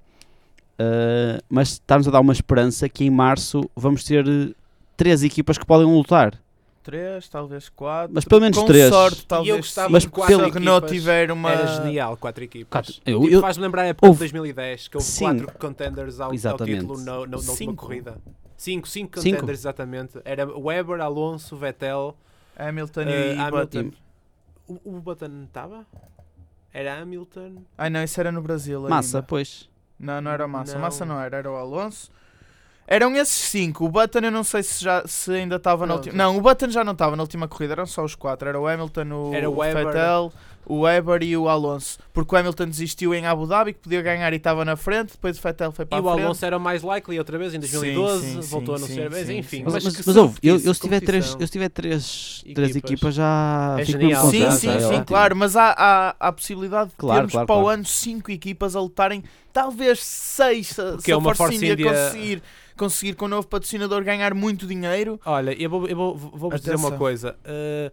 D: ah, mas estamos a dar uma esperança que em março vamos ter eh, três equipas que podem lutar,
C: Três, talvez quatro.
D: mas pelo menos
C: Com
D: três.
C: sorte, talvez
E: gostava
C: cinco,
D: Mas
C: se
D: pelo-
C: a Renault tiver uma...
E: Era genial, quatro equipas.
D: Quatro. Eu-
E: Eu,
D: eu-
E: Faz-me lembrar a época
D: Houve-
E: de 2010, que houve
D: Sim.
E: quatro contenders ao, ao
D: Exatamente.
E: título na, na, na última
C: Cinco.
E: corrida. Cinco, cinco
D: Cinco?
E: contenders, exatamente. Era Weber, Alonso, Vettel.
C: Hamilton
E: eh,
C: e
E: Hamilton.
C: Button.
E: O, o Button estava? Era Hamilton.
C: Ai não, isso era no Brasil ainda.
D: Massa, pois.
C: Não, não era o Massa.
E: Não.
C: Massa não era, era o Alonso. Eram esses cinco. O Button eu não sei se, já, se ainda estava na
E: Pronto.
C: última. Não, o Button já não estava na última corrida, eram só os quatro. Era o Hamilton, o,
E: Era o Weber.
C: Vettel, o Weber e o Alonso. Porque o Hamilton desistiu em Abu Dhabi, que podia ganhar e estava na frente, depois o Vettel foi para
E: E
C: a
E: o
C: frente.
E: Alonso era o mais likely outra vez em
C: Sim,
E: 2012.
C: sim, sim,
E: voltou a não
C: sim,
E: ser. Mas
C: sim,
E: enfim.
C: sim.
D: Mas,
E: que
D: mas, ouve, eu,
E: subtítulo,
D: eu se tiver três,
E: confusão.
D: eu se tiver três, três
E: Equipas.
D: equipas já
E: É
D: fico
E: genial.
D: mesmo
E: Sim,
D: contente.
E: sim,
D: É
E: sim,
D: ótimo.
C: claro, mas há, há, há a possibilidade de
D: Claro,
C: termos
D: claro,
C: para o
D: claro.
C: ano cinco equipas a lutarem, talvez seis, se,
E: Porque
C: se
E: é
C: a
E: uma
C: Force
E: Force
C: India,
E: India-
C: conseguir, conseguir com o novo patrocinador ganhar muito dinheiro.
E: Olha, eu vou, eu vou, vou vos dizer uma
C: Atenção.
E: coisa. Uh,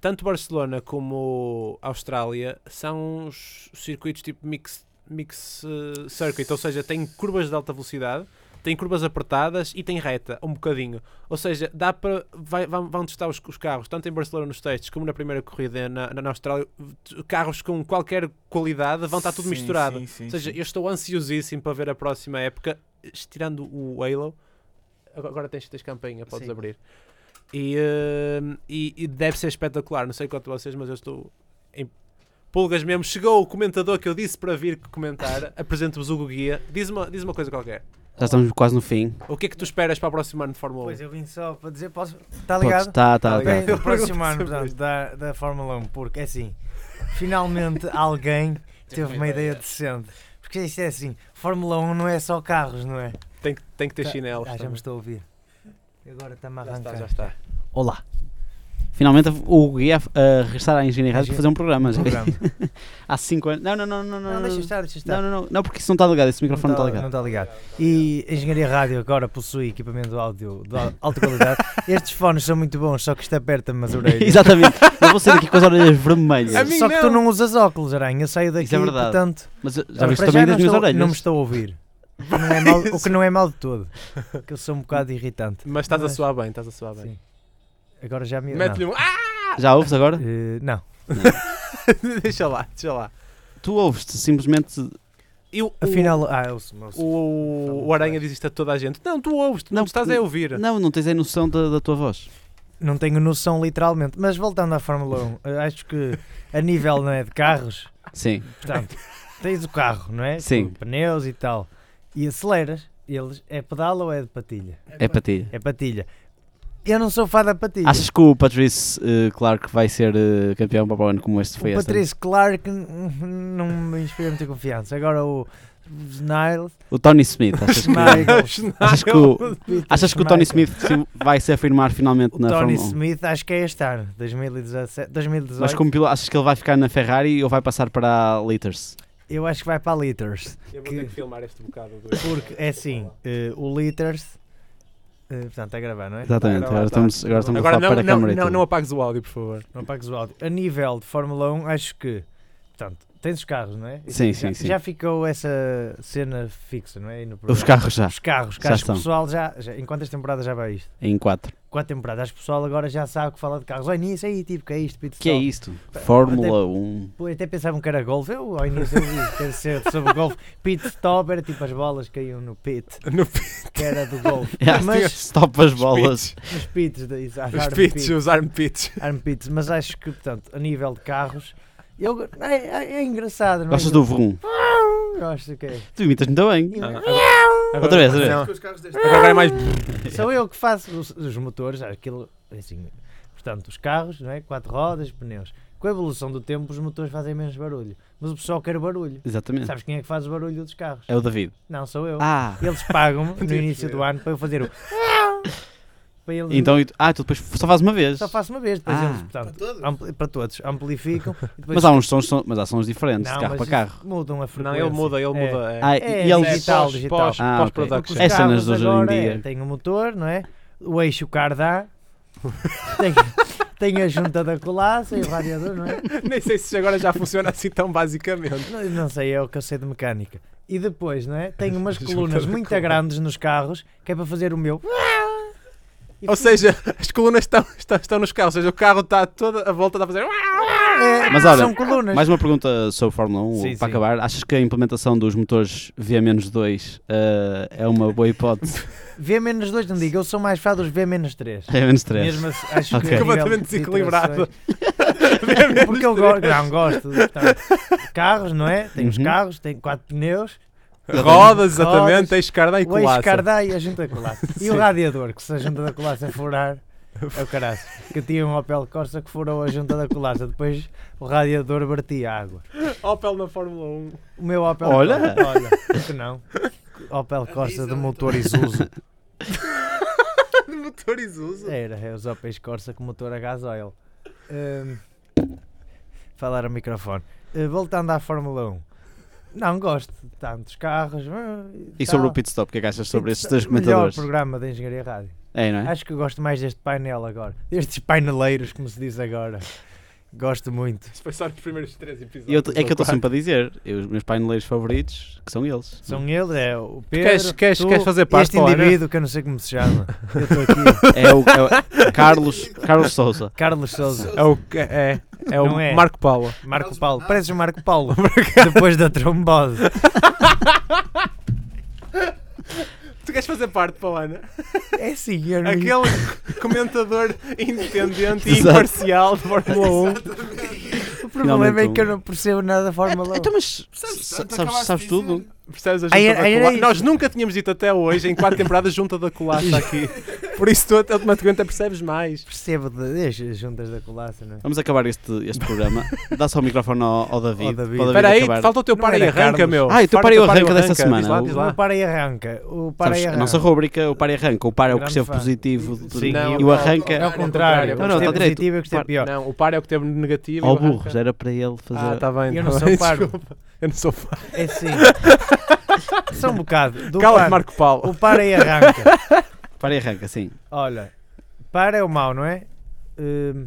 E: tanto Barcelona como Austrália são uns circuitos tipo mix, mix uh, circuit, ou seja, tem curvas de alta velocidade, tem curvas apertadas e tem reta, um bocadinho. Ou seja, dá para. vai- vão, vão testar os, os carros, tanto em Barcelona nos testes como na primeira corrida na, na- na Austrália, t- carros com qualquer qualidade vão estar tudo misturado. Ou seja, eu estou ansiosíssimo para ver a próxima época, estirando o Halo. Agora agora tens, tens campanha, podes
D: Sim.
E: abrir. E, hum, e, e deve ser espetacular. Não sei quanto a vocês, mas eu estou em pulgas mesmo. Chegou o comentador que eu disse para vir comentar. Apresento-vos o Guia. Diz uma, diz uma coisa qualquer.
D: Já estamos quase no fim.
E: O que é que tu esperas para o próximo ano de Fórmula 1?
G: Pois eu vim só para dizer, posso. Está
D: Podes-
G: ligado?
D: Tá, tá,
E: ligado.
D: tá.
G: Bem,
E: ligado.
G: do próximo ano,
E: Sobre
G: portanto,
E: isto.
G: da, da Fórmula 1, porque é assim, finalmente alguém teve uma ideia decente. Porque isto é assim, Fórmula 1 não é só carros, não é?
E: Tem, que- tem que ter chinelos.
G: Ah, já me
E: também.
G: estou a ouvir. Agora está-me a
E: já está,
G: arrancar.
E: já está.
G: Olá.
D: Finalmente o Guia a regressar à Engenharia Rádio para fazer um programa. Já vi.
G: Programa.
D: Há 5 anos. Não, não, não, não.
G: Não,
D: Não,
G: deixa estar, deixa estar.
D: não, não, não, não, porque isso não está ligado. Esse microfone não está
G: Não
D: ligado.
G: está ligado. E a Engenharia Rádio agora possui equipamento de áudio de al- alta qualidade. Estes fones são muito bons, só que isto aperta-me as orelhas.
D: Exatamente. Eu vou sair aqui com as orelhas vermelhas.
C: A mim
G: Só que tu
C: não.
G: não usas óculos, Aranha. Eu saio daqui,
D: Isso é verdade.
G: portanto.
D: Mas eu- já viste
G: para
D: também
G: não
D: das minhas
G: estou- Não me
D: orelhas?
G: estou a ouvir. O que não é mau- o que não é mal de todo. Que eu sou um bocado irritante.
E: Mas estás a
G: Mas-
E: soar bem, estás a soar bem.
G: Sim. Agora já me.
E: Mete-lhe
G: não.
E: um. Ah!
D: Já ouves agora?
G: Eh, não.
E: deixa lá, deixa lá.
D: Tu ouves-te simplesmente.
E: E o-
G: Afinal. Ah, eu sou. eu sou-
E: O, o Aranha diz isto a toda a gente. Não, tu ouves, tu não
D: Não,
E: te estás
D: tu-
E: a ouvir.
D: Não, não tens a noção da, da tua voz.
G: Não tenho noção, literalmente. Mas voltando à Fórmula 1, eh, acho que a nível não é de carros.
D: Sim.
G: Portanto, tens o carro, não é?
D: Sim.
G: Com pneus e tal. E aceleras. Eles, é pedal ou é de patilha?
D: É para ti.
G: É patilha. Eu não sou fã da patilha.
D: Achas que o Patrice eh, Clark vai ser eh, campeão para o ano como este foi este
G: o
D: ano?
G: Patrice Clark hum, não me inspira muita confiança. Agora o Niles.
D: O Tony Smith. Achas que, achas que o, achas que o Tony Smith se- vai se afirmar finalmente
G: O
D: na
G: Tony
D: Fórmula 1?
G: Smith acho que é este ano, 2017, 2018.
D: Mas como piloto, achas que ele vai ficar na Ferrari ou vai passar para a Liters?
G: Eu acho que vai para a Liters.
E: Eu
G: vou ter que que-
E: filmar este bocado. um.
G: Porque é assim, eh, o Liters. eh, portanto, está a gravar, não é?
D: Exatamente,
E: Tá, tá,
D: agora
E: tá.
D: estamos, agora estamos
E: Agora
D: a falar
E: não,
D: para a
E: não,
D: câmara e
E: não,
D: tudo.
E: não apagues o áudio, por favor.
G: Não apagues o áudio. A nível de Fórmula 1, acho que. Portanto, tens os carros, não é?
D: Sim,
G: já,
D: sim, sim.
G: Já ficou essa cena fixa, não é? aí no
D: Os
G: programa?
D: carros já,
G: Os carros,
D: Já
G: carros.
D: estão.
G: o pessoal já, já. Em quantas temporadas já vai isto?
D: em 4.
G: Quatro temporadas. Acho que o pessoal agora já sabe o que falar de carros. Ao início aí, tipo, que é isto? Pit
D: que é
G: stop.
D: isto? Fórmula 1.
G: Pô, até pensavam que era golfe. Eu, ao início, eu vi que era ser sobre golfe. Pit stop era tipo as bolas que caíam no pit,
E: No
G: que era do golfe.
D: Yeah,
G: Mas
D: Stop as bolas.
G: os pits, da- as
E: Os
G: arm
E: pits,
G: pits,
E: os armpits.
G: arm pits. Mas acho que, portanto, a nível de carros, eu, é, é, é engraçado, não é?
D: Gostas do Vroom?
G: Gosto, é. ok.
D: Tu imitas muito bem.
G: E-
D: Outra vez, outra
E: não.
D: vez.
C: Os carros deste
E: Agora é mais.
G: Sou eu que faço os, os motores, aquilo é assim. Portanto, os carros, não é? Quatro rodas, pneus. Com a evolução do tempo, os motores fazem menos barulho. Mas o pessoal quer barulho.
D: Exatamente.
G: Sabes quem é que faz o barulho dos carros?
D: É o David.
G: Não, sou eu.
D: Ah,
G: Eles pagam-me no início do ano para eu fazer o. para eles
D: então. e tu- Ah, tu depois só faz uma vez.
G: só faço uma vez. Depois
D: Ah.
G: eles, portanto, ampli- para todos, amplificam. e depois
D: Mas há uns sons, são- mas há sons diferentes,
G: Não,
D: de carro
G: mas
D: para carro.
G: mudam a
E: Não,
G: frequência.
E: ele muda, ele
G: É.
E: muda. é.
D: Ah, e-
G: É,
D: e eles.
G: digital,
E: Pós-
G: digital.
E: Pós,
D: Ah, ok.
E: production
G: Os
D: É cenas
G: carros
D: de hoje em
G: agora é,
D: dia.
G: tem o motor, não é? O eixo cardá, tem, tem a junta da colaça e o radiador, não é?
E: Nem sei se agora já funciona assim tão basicamente.
G: Não, não sei, é o que eu sei de mecânica. E depois, não é? Tem umas
E: Junta
G: colunas
E: da
G: muito
E: colaça.
G: grandes nos carros, que é para fazer o meu.
E: Ou seja, as colunas estão, estão, estão nos carros. Ou seja, o carro está toda a volta está a fazer.
G: É,
D: Mas olha,
G: são colunas.
D: Mais uma pergunta sobre Fórmula 1
G: Sim,
D: para
G: sim.
D: acabar. Achas que a implementação dos motores V-2 eh, é uma boa hipótese?
G: V-2, não digo, eu sou mais fã dos V-3.
D: V-3.
G: Mesmo assim, acho
D: Ok.
G: que a nível de
E: Completamente desequilibrado.
G: iterações- Porque eu gosto, não gosto. portanto, carros, não é? Tem os
D: Uhum.
G: carros, tem quatro pneus,
E: Rodas, exatamente,
G: Rodas.
E: tens escardar e
G: o
E: colaça.
G: ex-cardai e a junta da colaça. E o radiador, que se a junta da colaça furar, é o caraço. Que eu tinha um Opel Corsa que furou a junta da colaça, depois o radiador vertia água.
E: Opel na Fórmula 1.
G: O meu Opel
D: Olha.
G: Corsa, olha, por que não? Opel Corsa de motor Isuzu.
E: Motor Isuzu.
G: Era, é os Opel Corsa com motor a gasóleo. Hum, falar ao microfone. Uh, voltando à Fórmula 1. Não gosto de tantos carros. uh,
D: E sobre
G: tal. Tipo,
D: o pit stop, o que é que achas sobre estes dois
G: Melhor
D: comentadores?
G: programa da Engenharia Rádio.
D: É, não é?
G: Acho que eu gosto mais deste painel agora. Destes paineleiros, como se diz agora. Gosto muito.
E: Isso foi só nos primeiros três episódios.
D: Eu t- é que eu estou
E: Quatro.
D: sempre a dizer, eu- os meus paineleiros favoritos, que são eles.
G: São eles, é o Pedro.
E: queres- queres-
G: tu,
E: queres fazer parte,
G: Este
E: Paulo,
G: indivíduo que eu não sei como se chama. Eu estou aqui.
D: É o, é o Carlos, Carlos Sousa.
G: Carlos Souza.
E: É o, que- é, é o
G: Não é.
E: Marco Paulo.
G: Marco Paulo. Pareces o Marco Paulo. Depois da trombose.
E: Tu queres fazer parte, Paulana?
G: É sim, eu não
E: Aquele comentador independente
D: e
E: e
D: Exato.
E: imparcial de Fórmula 1.
G: O problema é
D: Finalmente
G: que eu
D: um.
G: não percebo nada da Fórmula 1.
D: Então, mas
C: Sabes
D: sa-
C: tanto,
D: sabes,
C: acabaste
D: sabes
C: de
D: tudo?
C: dizer.
E: Percebes a
G: Ah,
E: junta
G: era-
E: da
G: era
E: colaça?
G: isso.
E: Nós nunca tínhamos dito até hoje, em quatro temporadas, junta da colaça aqui. Por isso tu até- automaticamente percebes mais.
G: então Percebo de, deixa as juntas da colaça, não é?
D: Vamos acabar este, este programa. Dá só o microfone ao, ao David.
G: Ao David.
D: para o
E: Espera aí,
D: acabar.
E: falta o teu
G: Não
E: para e
G: era
E: arranca,
G: Carlos.
E: meu.
D: Ah, e o teu
E: Falta
D: para e
E: o
D: arranca desta semana.
E: Diz lá, diz
G: O
E: lá.
G: para e arranca. O para
D: Sabes,
G: e
D: a
G: arranca.
D: nossa rubrica, o par e arranca. O par é o que
G: Grande
D: esteve
G: fã.
D: positivo do
G: Sim,
D: drink
E: não,
D: e o
E: não,
D: arranca.
G: É o contrário.
E: contrário.
D: Não, não,
G: Não,
D: tá
G: não,
D: direito.
G: positivo é que
D: Par-
G: está pior.
E: Não, o par é o que teve negativo.
D: Ao
E: o arranca-
D: burro, já era para ele fazer.
E: Ah, tá bem.
G: Eu
E: tá
G: não
E: bem,
G: sou par.
E: desculpa. Eu não sou par.
G: É sim. Só um bocado. Do
E: Cala-te,
G: par,
E: Marco Paulo.
G: O para e arranca.
D: Para e arranca, sim.
G: Olha, para é o mau, não é? Hum,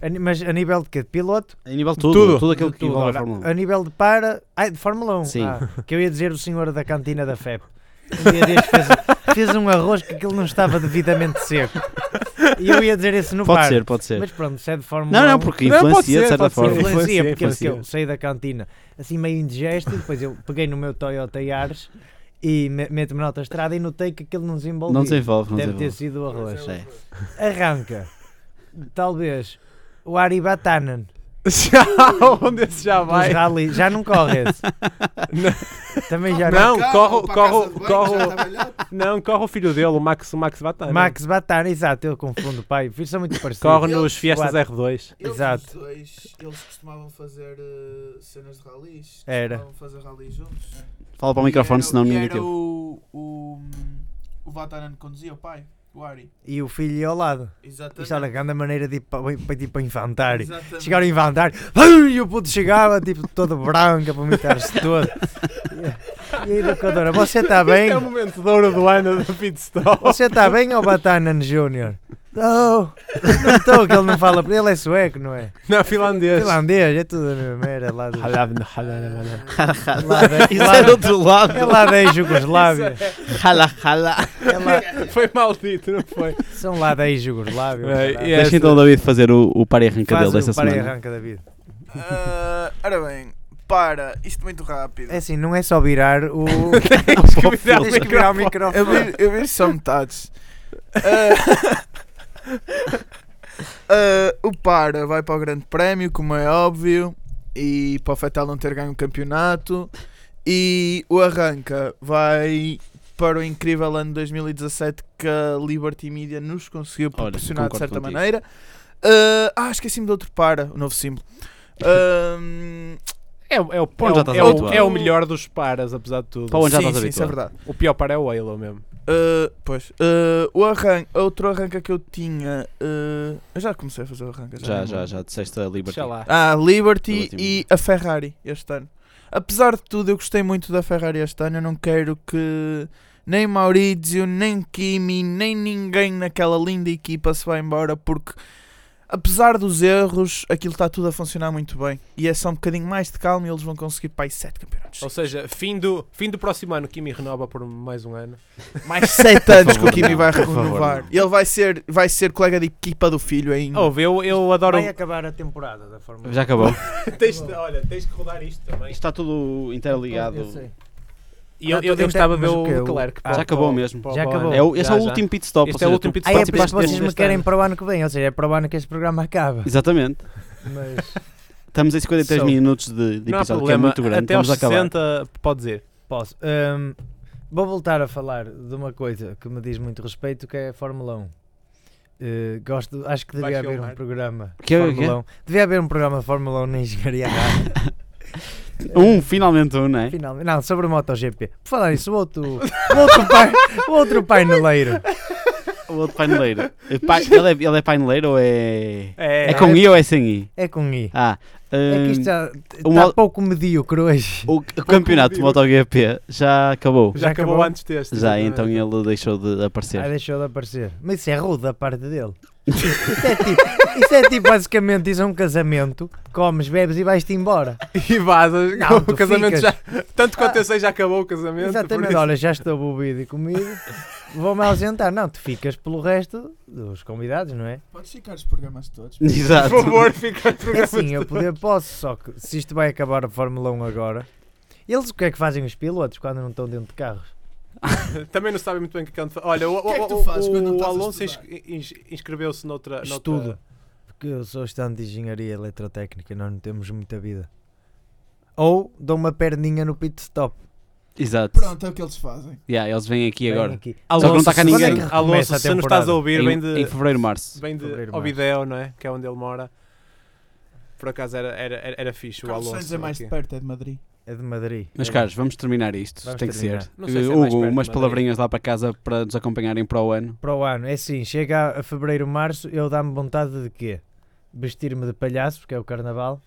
G: a ni- mas a nível de quê? De piloto?
D: A nível de tudo, tudo,
E: tudo.
D: aquilo
G: De
D: que
G: tudo,
D: envolve a
G: olha,
D: Fórmula 1.
G: A nível de para. Ai, de Fórmula 1.
D: Sim.
G: Ah, que eu ia dizer o senhor da cantina da FEP. Um dia destes fez, fez um arroz que aquilo não estava devidamente seco. E eu ia dizer esse no
D: Pode
G: par.
D: ser, pode ser.
G: Mas pronto, se é de Fórmula
D: Não,
G: 1.
D: não, porque
E: Não, pode
D: influencia de
E: ser,
D: certa
E: pode ser.
D: forma.
E: Influencia,
G: Influencia, porque
E: influencia.
G: eu saí da cantina assim meio indigesto, e depois eu peguei no meu Toyota Yaris e me- meto-me na autostrada e notei que aquilo não desenvolveu.
D: Não desenvolve, não
G: Deve ter
D: desenvolve.
G: sido o arroz.
D: É.
G: Arranca. Talvez o Ari Batanen.
E: Já, onde esse já vai?
G: Dos rally. Já não corre esse. Também já
E: Não,
C: Cá,
E: corre,
C: ou Ah, para a casa
E: corre,
C: de banho, já
E: corre,
C: tá estava olhado.
E: não, corre o filho dele, o Max, o Max Batana.
G: Max Batanen, exato, eu confundo, pai. Filhos são muito parecidos.
E: corre nos Fiestas R2.
C: Eles
G: Exato.
C: os dois, eles costumavam fazer eh, cenas de ralis.
G: Era.
C: Costumavam fazer ralis juntos.
D: Fala para o
C: E
D: microfone,
C: era-
D: senão
C: e
D: ninguém
C: era
D: te ouve.
C: o, o, o Vatanen que conduzia, o pai, o Ari.
G: E o filho ia ao lado.
C: Exatamente.
G: Isto era a grande maneira de ir para, para, ir para o infantário.
C: Exatamente.
G: Chegar ao infantário, ai, o puto chegava, tipo, todo branco, a vomitar-se todo. E a educadora, você está bem?
E: Este é o momento de ouro do ano do Pitstop.
G: Você está bem ou Batanan Júnior? Não, não estou, que ele não fala. Ele é sueco, não é?
E: Não, finlandês.
G: Finlandês, é tudo a mesma merda lá do.
E: Halab, no halab, no halab.
G: Lá da,
D: Isso é do
G: lá,
D: outro lado.
G: é lá da Jugoslávia.
D: Rala, rala.
G: É lá,
E: Foi maldito, não foi?
G: são lá da Jugoslávia.
E: É,
G: caralho.
E: e é-
D: Deixa então o David fazer o, o par e arranca
G: Faz
D: dele
G: o
D: desta
G: para e
D: semana.
G: arranca da vida.
C: Ah, ora bem, para, isto muito rápido.
G: É assim, não é só virar o.
E: É
D: Pô, filho.
G: Tens que virar o microfone.
C: Eu vi, eu vi só metades. Ah, ah, o para vai para o Grande Prémio, como é óbvio, e para o Fetal não ter ganho o campeonato. E o arranca vai para o incrível ano 2017 que a Liberty Media nos conseguiu
D: Olha,
C: proporcionar de
D: concordo
C: certa
D: contigo.
C: maneira. Ah, ah, esqueci-me de outro para, o novo símbolo. Ah,
E: É, o- é, o,
D: Para onde já estás
E: é, o,
D: habituado.
E: é o melhor dos paras, apesar de tudo.
D: Para onde já
C: sim,
D: estás
C: sim, isso é
D: habituado.
C: verdade.
E: O pior par é o Halo mesmo.
C: Uh, pois. Uh, o arranque, outro arranca que eu tinha. uh, eu já comecei a fazer o arranque.
D: Já,
C: nem me
D: já,
C: lembro.
D: já disseste a Liberty.
E: Deixa lá.
C: Ah, Liberty
D: Liberty
C: e a Ferrari este ano. Apesar de tudo, eu gostei muito da Ferrari este ano. Eu não quero que nem Maurizio, nem Kimi, nem ninguém naquela linda equipa se vá embora porque apesar dos erros, aquilo está tudo a funcionar muito bem. E é só um bocadinho mais de calma e eles vão conseguir para aí 7 campeonatos.
E: Ou seja, fim do, fim do próximo ano, Kimi renova por mais um ano.
C: Mais 7 anos que o
D: favor,
C: Kimi
D: não.
C: vai
D: Por favor,
C: renovar.
D: não.
C: Ele vai ser, vai ser colega de equipa do filho ainda.
E: Ouve, Oh, eu,
D: Hum.
E: eu adoro.
G: Vai acabar a temporada da Fórmula 1.
D: Já acabou. Isto
E: Tens de- olha, tens que rodar isto também.
D: está tudo interligado.
G: Eu sei.
E: E eu,
G: Ah,
E: eu, eu
G: tudo
E: gostava de ver
G: mas
E: o
G: o quê? O-
E: Leclerc.
G: ah,
E: pá,
D: já acabou
E: pá,
D: mesmo.
E: pá,
G: Já
E: pá,
G: acabou.
E: pá.
D: É o, esse é
E: Já,
D: o
E: já.
D: último pit stop. ou
E: Este é o
D: seja, tu
E: último pit
G: Ah, é por isso que
D: participaste
G: vocês
D: deste-
G: me
E: tá.
G: querem para o ano que vem, ou seja, é para o ano que este programa acaba.
D: Exatamente.
G: Mas
D: Estamos em 53
G: So-
D: minutos de, de
E: Não há
D: episódio, que é
E: problema.
D: muito grande.
E: Até aos
D: Estamos a acabar.
E: 60, pode dizer.
G: posso. Hum, vou voltar a falar de uma coisa que me diz muito respeito, que é a Fórmula 1. Eh, gosto, acho que
E: Vai
G: devia haver um
E: filmar.
G: programa de
D: Que é-
G: Fórmula
D: que é?
G: 1. Devia haver um programa de Fórmula 1 na engenharia agrária,
D: Um, finalmente um, não é?
G: finalmente. Não, sobre o MotoGP. Por falar nisso, o outro, o outro, pai, o outro paineleiro.
D: O outro paineleiro. É pai- Ele é, ele é paineleiro ou é.
E: É,
D: É com I ou é sem I?
G: É com I.
D: Ah,
G: É que
D: hum,
G: isto já
D: um
G: está
D: al-
G: pouco medíocre hoje.
D: o o campeonato de MotoGP já acabou.
E: já acabou,
G: acabou?
E: antes deste.
D: Já, então ele deixou de aparecer.
G: Ah, deixou de aparecer. Mas isso é rude da parte dele. isso, é tipo, isso é tipo, basicamente, isso é um casamento. Comes, bebes e vais-te embora.
E: E vazas.
G: Não, tu
E: o casamento
G: ficas.
E: já. é Tanto quanto
G: Ah.
E: eu sei, já acabou o casamento.
G: Exatamente, olha, já estou bebido e comido. Vou-me ausentar. Não, tu ficas pelo resto dos convidados, não é?
C: Podes ficar os programas todos.
D: Exato.
E: Por favor, fica o
G: É
E: programa.
G: assim, eu poder posso, só que se isto vai acabar a Fórmula 1 agora, eles o que é que fazem os pilotos quando não estão dentro de carros?
E: Também não sabem muito bem o que é que andam a fa- Olha, o,
C: que é que tu
E: o- o-
C: fazes quando não
E: o
C: estás a
E: Alonso ins-
C: estudar?
E: ins- inscreveu-se noutra, noutra.
G: Estudo. Porque eu sou estudante de engenharia eletrotécnica e nós não temos muita vida. Ou dou uma perninha no pit stop.
D: Exato.
C: é o que eles fazem.
D: Yeah, eles vêm aqui
G: Vem
D: agora.
G: aqui.
D: Só que não está cá
E: se-
D: ninguém.
E: Quando é que Alonso,
G: recomeça a
E: se não
G: temporada?
E: estás a ouvir,
D: Em,
E: vem de,
D: em fevereiro, março.
E: vem de
G: Fevereiro, março.
E: Ovideo, não é? Que é onde ele mora. Por acaso era, era, era, era fixe o Alonso. aqui.
C: perto, é de Madrid.
G: É de Madrid.
D: Meus caros, vamos terminar isto.
G: Vamos
D: Tem que
G: terminar.
D: ser.
E: Não sei se é
D: Hugo,
E: mais perto,
D: umas
E: mas
D: palavrinhas lá para casa para nos acompanharem para o ano.
G: Para o ano, é assim, chega a- a fevereiro, março, eu dá-me vontade de quê? Vestir-me de palhaço, porque é o carnaval,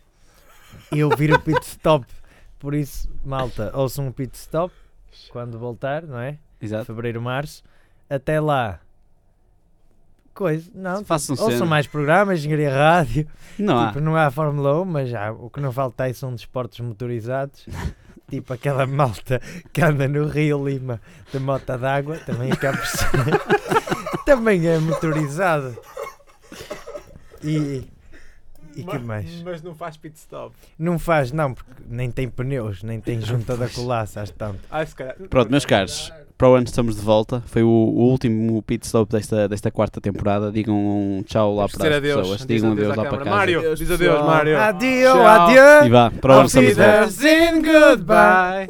G: e ouvir o pit stop. Por isso, malta, ouçam um pit stop quando voltar, não é?
D: Exato.
G: Fevereiro, março. Até lá. Coisa, não.
D: Façam
G: Ouçam
D: cena.
G: mais programas, engenharia rádio.
D: Não há.
G: Tipo, não há Fórmula 1, mas há- o que não falta aí são desportos motorizados. tipo aquela malta que anda no Rio Lima de mota d'água, também é cá por cima. também é motorizado. E, e que
E: Mas-
G: mais?
E: Mas não faz pit stop.
G: Não faz, não, porque nem tem pneus, nem tem junta da colaça, às tantas.
E: Ah, se calhar.
D: Pronto, meus caros, para o ano estamos de volta. Foi o, o último pit stop desta, desta quarta temporada. Digam um tchau lá
E: Vamos
D: para as
E: dizer adeus.
D: pessoas.
E: Diz
D: Digam
E: adeus
D: adeus
E: à
D: lá para
E: câmara.
D: casa.
E: Mário, diz adeus, Mário.
G: Adio,
E: Tchau.
D: E
G: adio!
D: vá, para o ano estamos de volta.
E: and goodbye.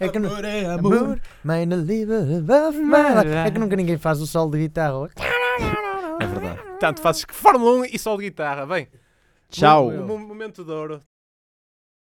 G: É que, nu- amor, mãe na liba above my life. É que nunca ninguém faz o sol de guitarra.
D: É verdade.
E: Portanto, fazes que Fórmula 1 e um só de guitarra. Vem.
D: Tchau.
E: Mo- mo- Momento de ouro.